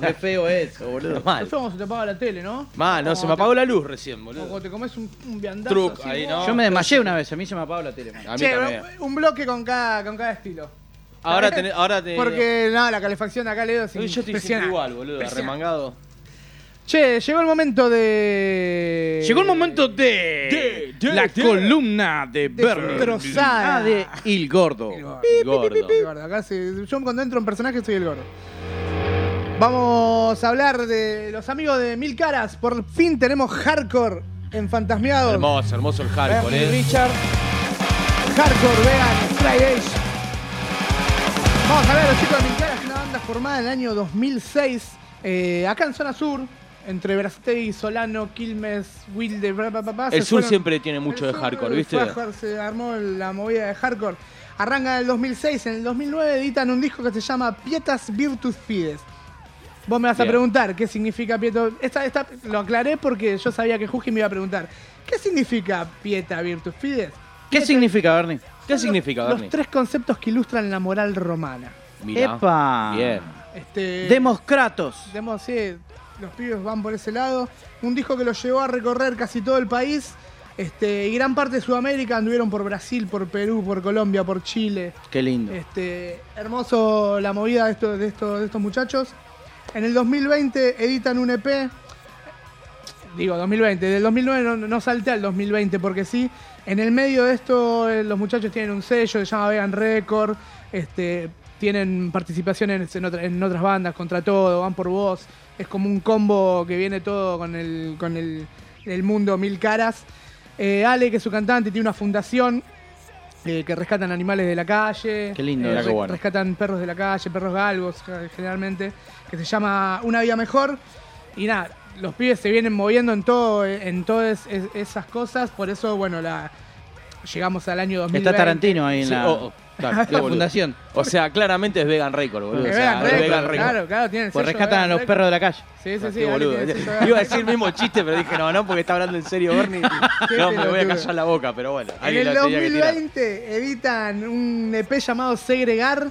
A: [laughs] Qué feo eso, boludo.
B: mal.
C: Después cuando se te apaga la tele, ¿no?
B: Mal, no, se me apagó la luz recién,
C: Como
B: boludo.
C: cuando te comes un, un viandazo.
B: Truc,
C: así,
B: ahí,
C: ¡oh!
B: ¿no?
A: Yo me desmayé una vez, a mí se me apagó la tele. man.
B: A mí
C: Che,
B: también.
C: un- un bloque con cada, con cada estilo.
B: Ahora tenés, ahora te-
C: Porque nada, la calefacción de acá le es
B: Yo estoy siempre
C: impresionante.
B: igual, boludo,
C: Impresionante.
B: remangado.
C: Che, llegó el momento de.
K: Llegó el momento de,
B: de-
K: la
B: de-
K: columna de Bernie.
C: Destrozada.
A: Ah, de Il Gordo.
B: El gordo.
C: El gordo, acá se- yo cuando entro en personaje soy el gordo. Vamos a hablar de los amigos de Mil Caras. Por fin tenemos hardcore en Fantasmiados.
B: Hermoso, hermoso el hardcore,
C: Bernie
B: eh.
C: Richard. Hardcore, vean, Fridays. Vamos a ver, los chicos de Mincara es una banda formada en el año 2006, eh, acá en zona sur, entre Berazategui, Solano, Quilmes, Wilde, bla, bla, bla, bla,
B: El
C: se
B: sur
C: fueron-
B: siempre tiene mucho
C: el
B: de
C: sur
B: hardcore,
C: fue
B: ¿viste?
C: hardcore, se armó la movida de hardcore. Arranca en el 2006, en el 2009 editan un disco que se llama Pietas Virtus Fides. Vos me vas a
B: Bien.
C: preguntar qué significa Pieto. Esta, esta lo aclaré porque yo sabía que Juji me iba a preguntar. ¿Qué significa Pieta Virtus Fides?
A: ¿Qué significa, Bernie?
B: ¿Qué significa,
C: Los
B: Bernie?
C: tres conceptos que ilustran la moral romana.
B: Mirá.
A: ¡Epa!
B: Bien.
C: Este,
A: Demoscratos.
C: Demos, sí, los pibes van por ese lado. Un disco que los llevó a recorrer casi todo el país. Este, y gran parte de Sudamérica anduvieron por Brasil, por Perú, por Colombia, por Chile.
A: Qué lindo.
C: Este, hermoso la movida de, esto- de, esto- de estos muchachos. En el 2020 editan un EP. Digo, 2020. Del 2009 no, no salté al 2020 porque sí. En el medio de esto, eh, los muchachos tienen un sello, se llama Vegan Record. Este, tienen participaciones en, otra- en otras bandas, contra todo, van por vos. Es como un combo que viene todo con el, con el, el mundo mil caras. Eh, Ale, que es su cantante, tiene una fundación eh, que rescatan animales de la calle.
A: Qué lindo,
C: Eh,
A: mirá qué
C: re-
A: bueno.
C: Rescatan perros de la calle, perros galgos eh, generalmente, que se llama Una Vida Mejor. Y nada, los pibes se vienen moviendo en todo, en todas es- esas cosas, por eso, bueno, la llegamos al año 2020.
A: Está Tarantino ahí en
B: Sí,
A: la,
B: oh, oh,
C: [laughs]
B: claro, qué
A: la
B: boludo.
A: fundación.
B: O sea, claramente es Vegan Record, boludo.
C: Que
B: o sea,
C: vean
B: es
C: récord,
B: Vegan Record.
C: claro, claro, tienen el
A: Pues
C: sello
A: rescatan a
C: Vegan
A: los
C: Record.
A: perros de la calle.
C: Sí, sí, sí.
B: Qué
C: Ale
B: boludo.
C: tiene el sello
B: Iba
C: Vegan
B: a decir el mismo chiste, pero dije, no, no, porque está hablando en
C: [laughs]
B: serio Bernie. No, me voy a
C: pelotudo.
B: callar la boca, pero bueno.
C: En
B: alguien
C: el
B: lo tenía que tirar.
C: 2020 editan un EP llamado Segregar,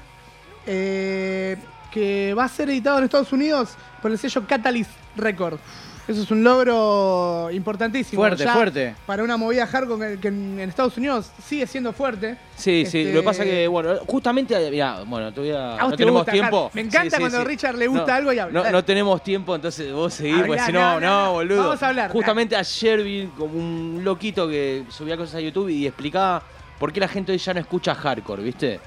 C: eh, que va a ser editado en Estados Unidos por el sello Catalyst Records. Eso es un logro importantísimo.
A: Fuerte,
C: ya
A: fuerte.
C: Para una movida hardcore que, que en en Estados Unidos sigue siendo fuerte.
B: Sí, sí,
C: Este,
B: lo que pasa que, bueno, justamente, mirá, bueno, todavía
C: A
B: no
C: vos te
B: tenemos
C: gusta,
B: tiempo.
C: Carlos. Me encanta cuando a Richard le gusta algo y habla.
B: No,
C: Dale.
B: no tenemos tiempo, entonces vos seguís,
C: Hablá,
B: pues si no, no,
C: no, no, no.
B: boludo.
C: Vamos a hablar.
B: Justamente ayer vi como un loquito que subía cosas a YouTube y explicaba por qué la gente hoy ya no escucha hardcore, ¿viste?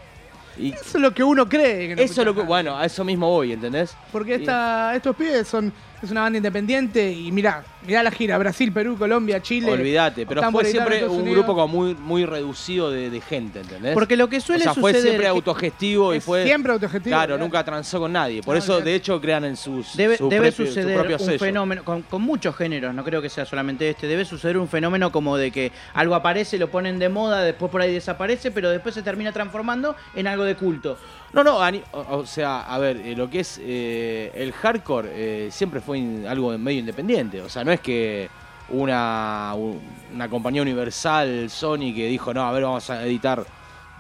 B: Y
C: Eso es lo que uno cree. que no
B: eso es lo que,
C: escucha.
B: bueno, a eso mismo voy, ¿entendés?
C: Porque esta, estos pibes son es una banda independiente y mirá, mirá la gira, Brasil, Perú, Colombia, Chile.
B: Olvídate, pero
C: Están por
B: fue
C: editar en
B: siempre
C: Estados
B: un
C: Unidos.
B: grupo como muy, muy reducido de, de gente, ¿entendés?
A: Porque lo que suele
B: o sea, fue
A: suceder
B: siempre
A: es que
B: autogestivo y
C: Es
B: fue...
C: siempre autogestivo.
B: Claro,
C: mirá.
B: nunca transó con nadie. Por
C: No,
B: eso, de
C: olvidate.
B: hecho, crean en sus,
A: debe,
B: su
A: debe
B: propio- su
A: suceder
B: propio
A: un
B: sello.
A: fenómeno, con, con muchos géneros, no creo que sea solamente este, debe suceder un fenómeno como de que algo aparece, lo ponen de moda, después por ahí desaparece, pero después se termina transformando en algo de culto.
B: No, no, ani- o, o sea, a ver, eh, lo que es eh, el hardcore eh, siempre fue in- algo medio independiente. O sea, no es que una, u- una compañía universal, Sony, que dijo, no, a ver, vamos a editar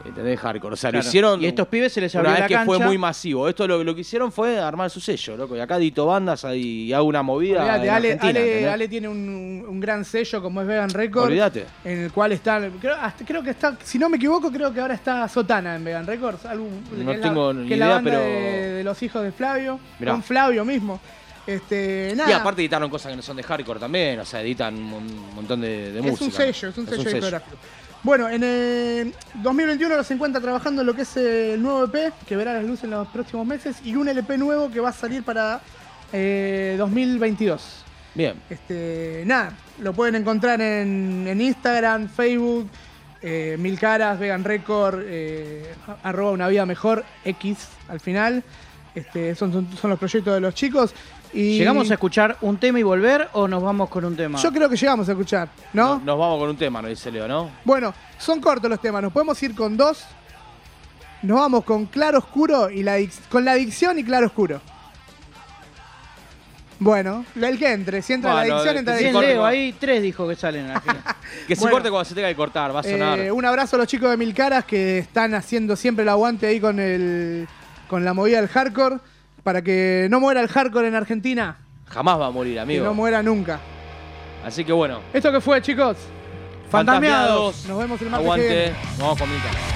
B: ¿entendés? hardcore. O sea,
A: Claro.
B: lo hicieron.
A: y estos pibes se les
B: una
A: abrió
B: vez
A: la
B: que
A: cancha.
B: fue muy masivo. Esto lo, lo que hicieron fue armar su sello, loco. Y acá edito bandas ahí, y hago una movida.
C: Olvídate,
B: en
C: Ale,
B: Argentina,
C: Ale-
B: ¿entendés?
C: Ale tiene un, un gran sello como es Vegan Record.
B: Olvídate.
C: En el cual está. Creo, hasta- creo que está. Si no me equivoco, creo que ahora está Sotana en Vegan Records. algún-
B: No
C: que es la-
B: tengo ni
C: que es la
B: idea,
C: banda
B: pero-
C: De, de los hijos de Flavio.
B: Mirá.
C: Con Flavio mismo. Este, nada.
B: Y aparte editaron cosas que no son de hardcore también, o sea, editan un mon- montón de, de
C: es
B: música.
C: un sello, es un sello discográfico. Bueno, en eh, 2021 los encuentra trabajando en lo que es el nuevo EP, que verá las luces en los próximos meses, y un LP nuevo que va a salir para eh, 2022.
B: Bien.
C: Este, nada, lo pueden encontrar en, en Instagram, Facebook, eh, Mil Caras, Vegan Record, eh, arroba una vida mejor, X al final. Este, son, son, son los proyectos de los chicos. Y
A: ¿Llegamos a escuchar un tema y volver o nos vamos con un tema?
C: Yo creo que llegamos a escuchar, ¿no?
B: Nos vamos con un tema, nos dice Leo, ¿no?
C: Bueno, son cortos los temas, nos podemos ir con dos. Nos vamos con Claro Oscuro y la dic- con la adicción y Claro Oscuro. Bueno, la- el que entre, si entra la
B: Bueno,
C: adicción,
B: de-
C: entra la
B: sí,
C: adicción.
B: Leo,
A: ahí tres dijo que salen.
B: [laughs] Que se
C: Bueno.
B: corte cuando se tenga que cortar, va a sonar.
C: Eh, un abrazo a los chicos de Mil Caras que están haciendo siempre el aguante ahí con el con la movida del hardcore para que no muera el hardcore en Argentina,
B: Jamás va a morir, amigo.
C: que no muera nunca.
B: Así que bueno.
C: ¿Esto qué fue, chicos?
B: Fantasmeados.
C: Nos vemos el martes que
B: Aguante.
C: viene.
B: Vamos con Milka.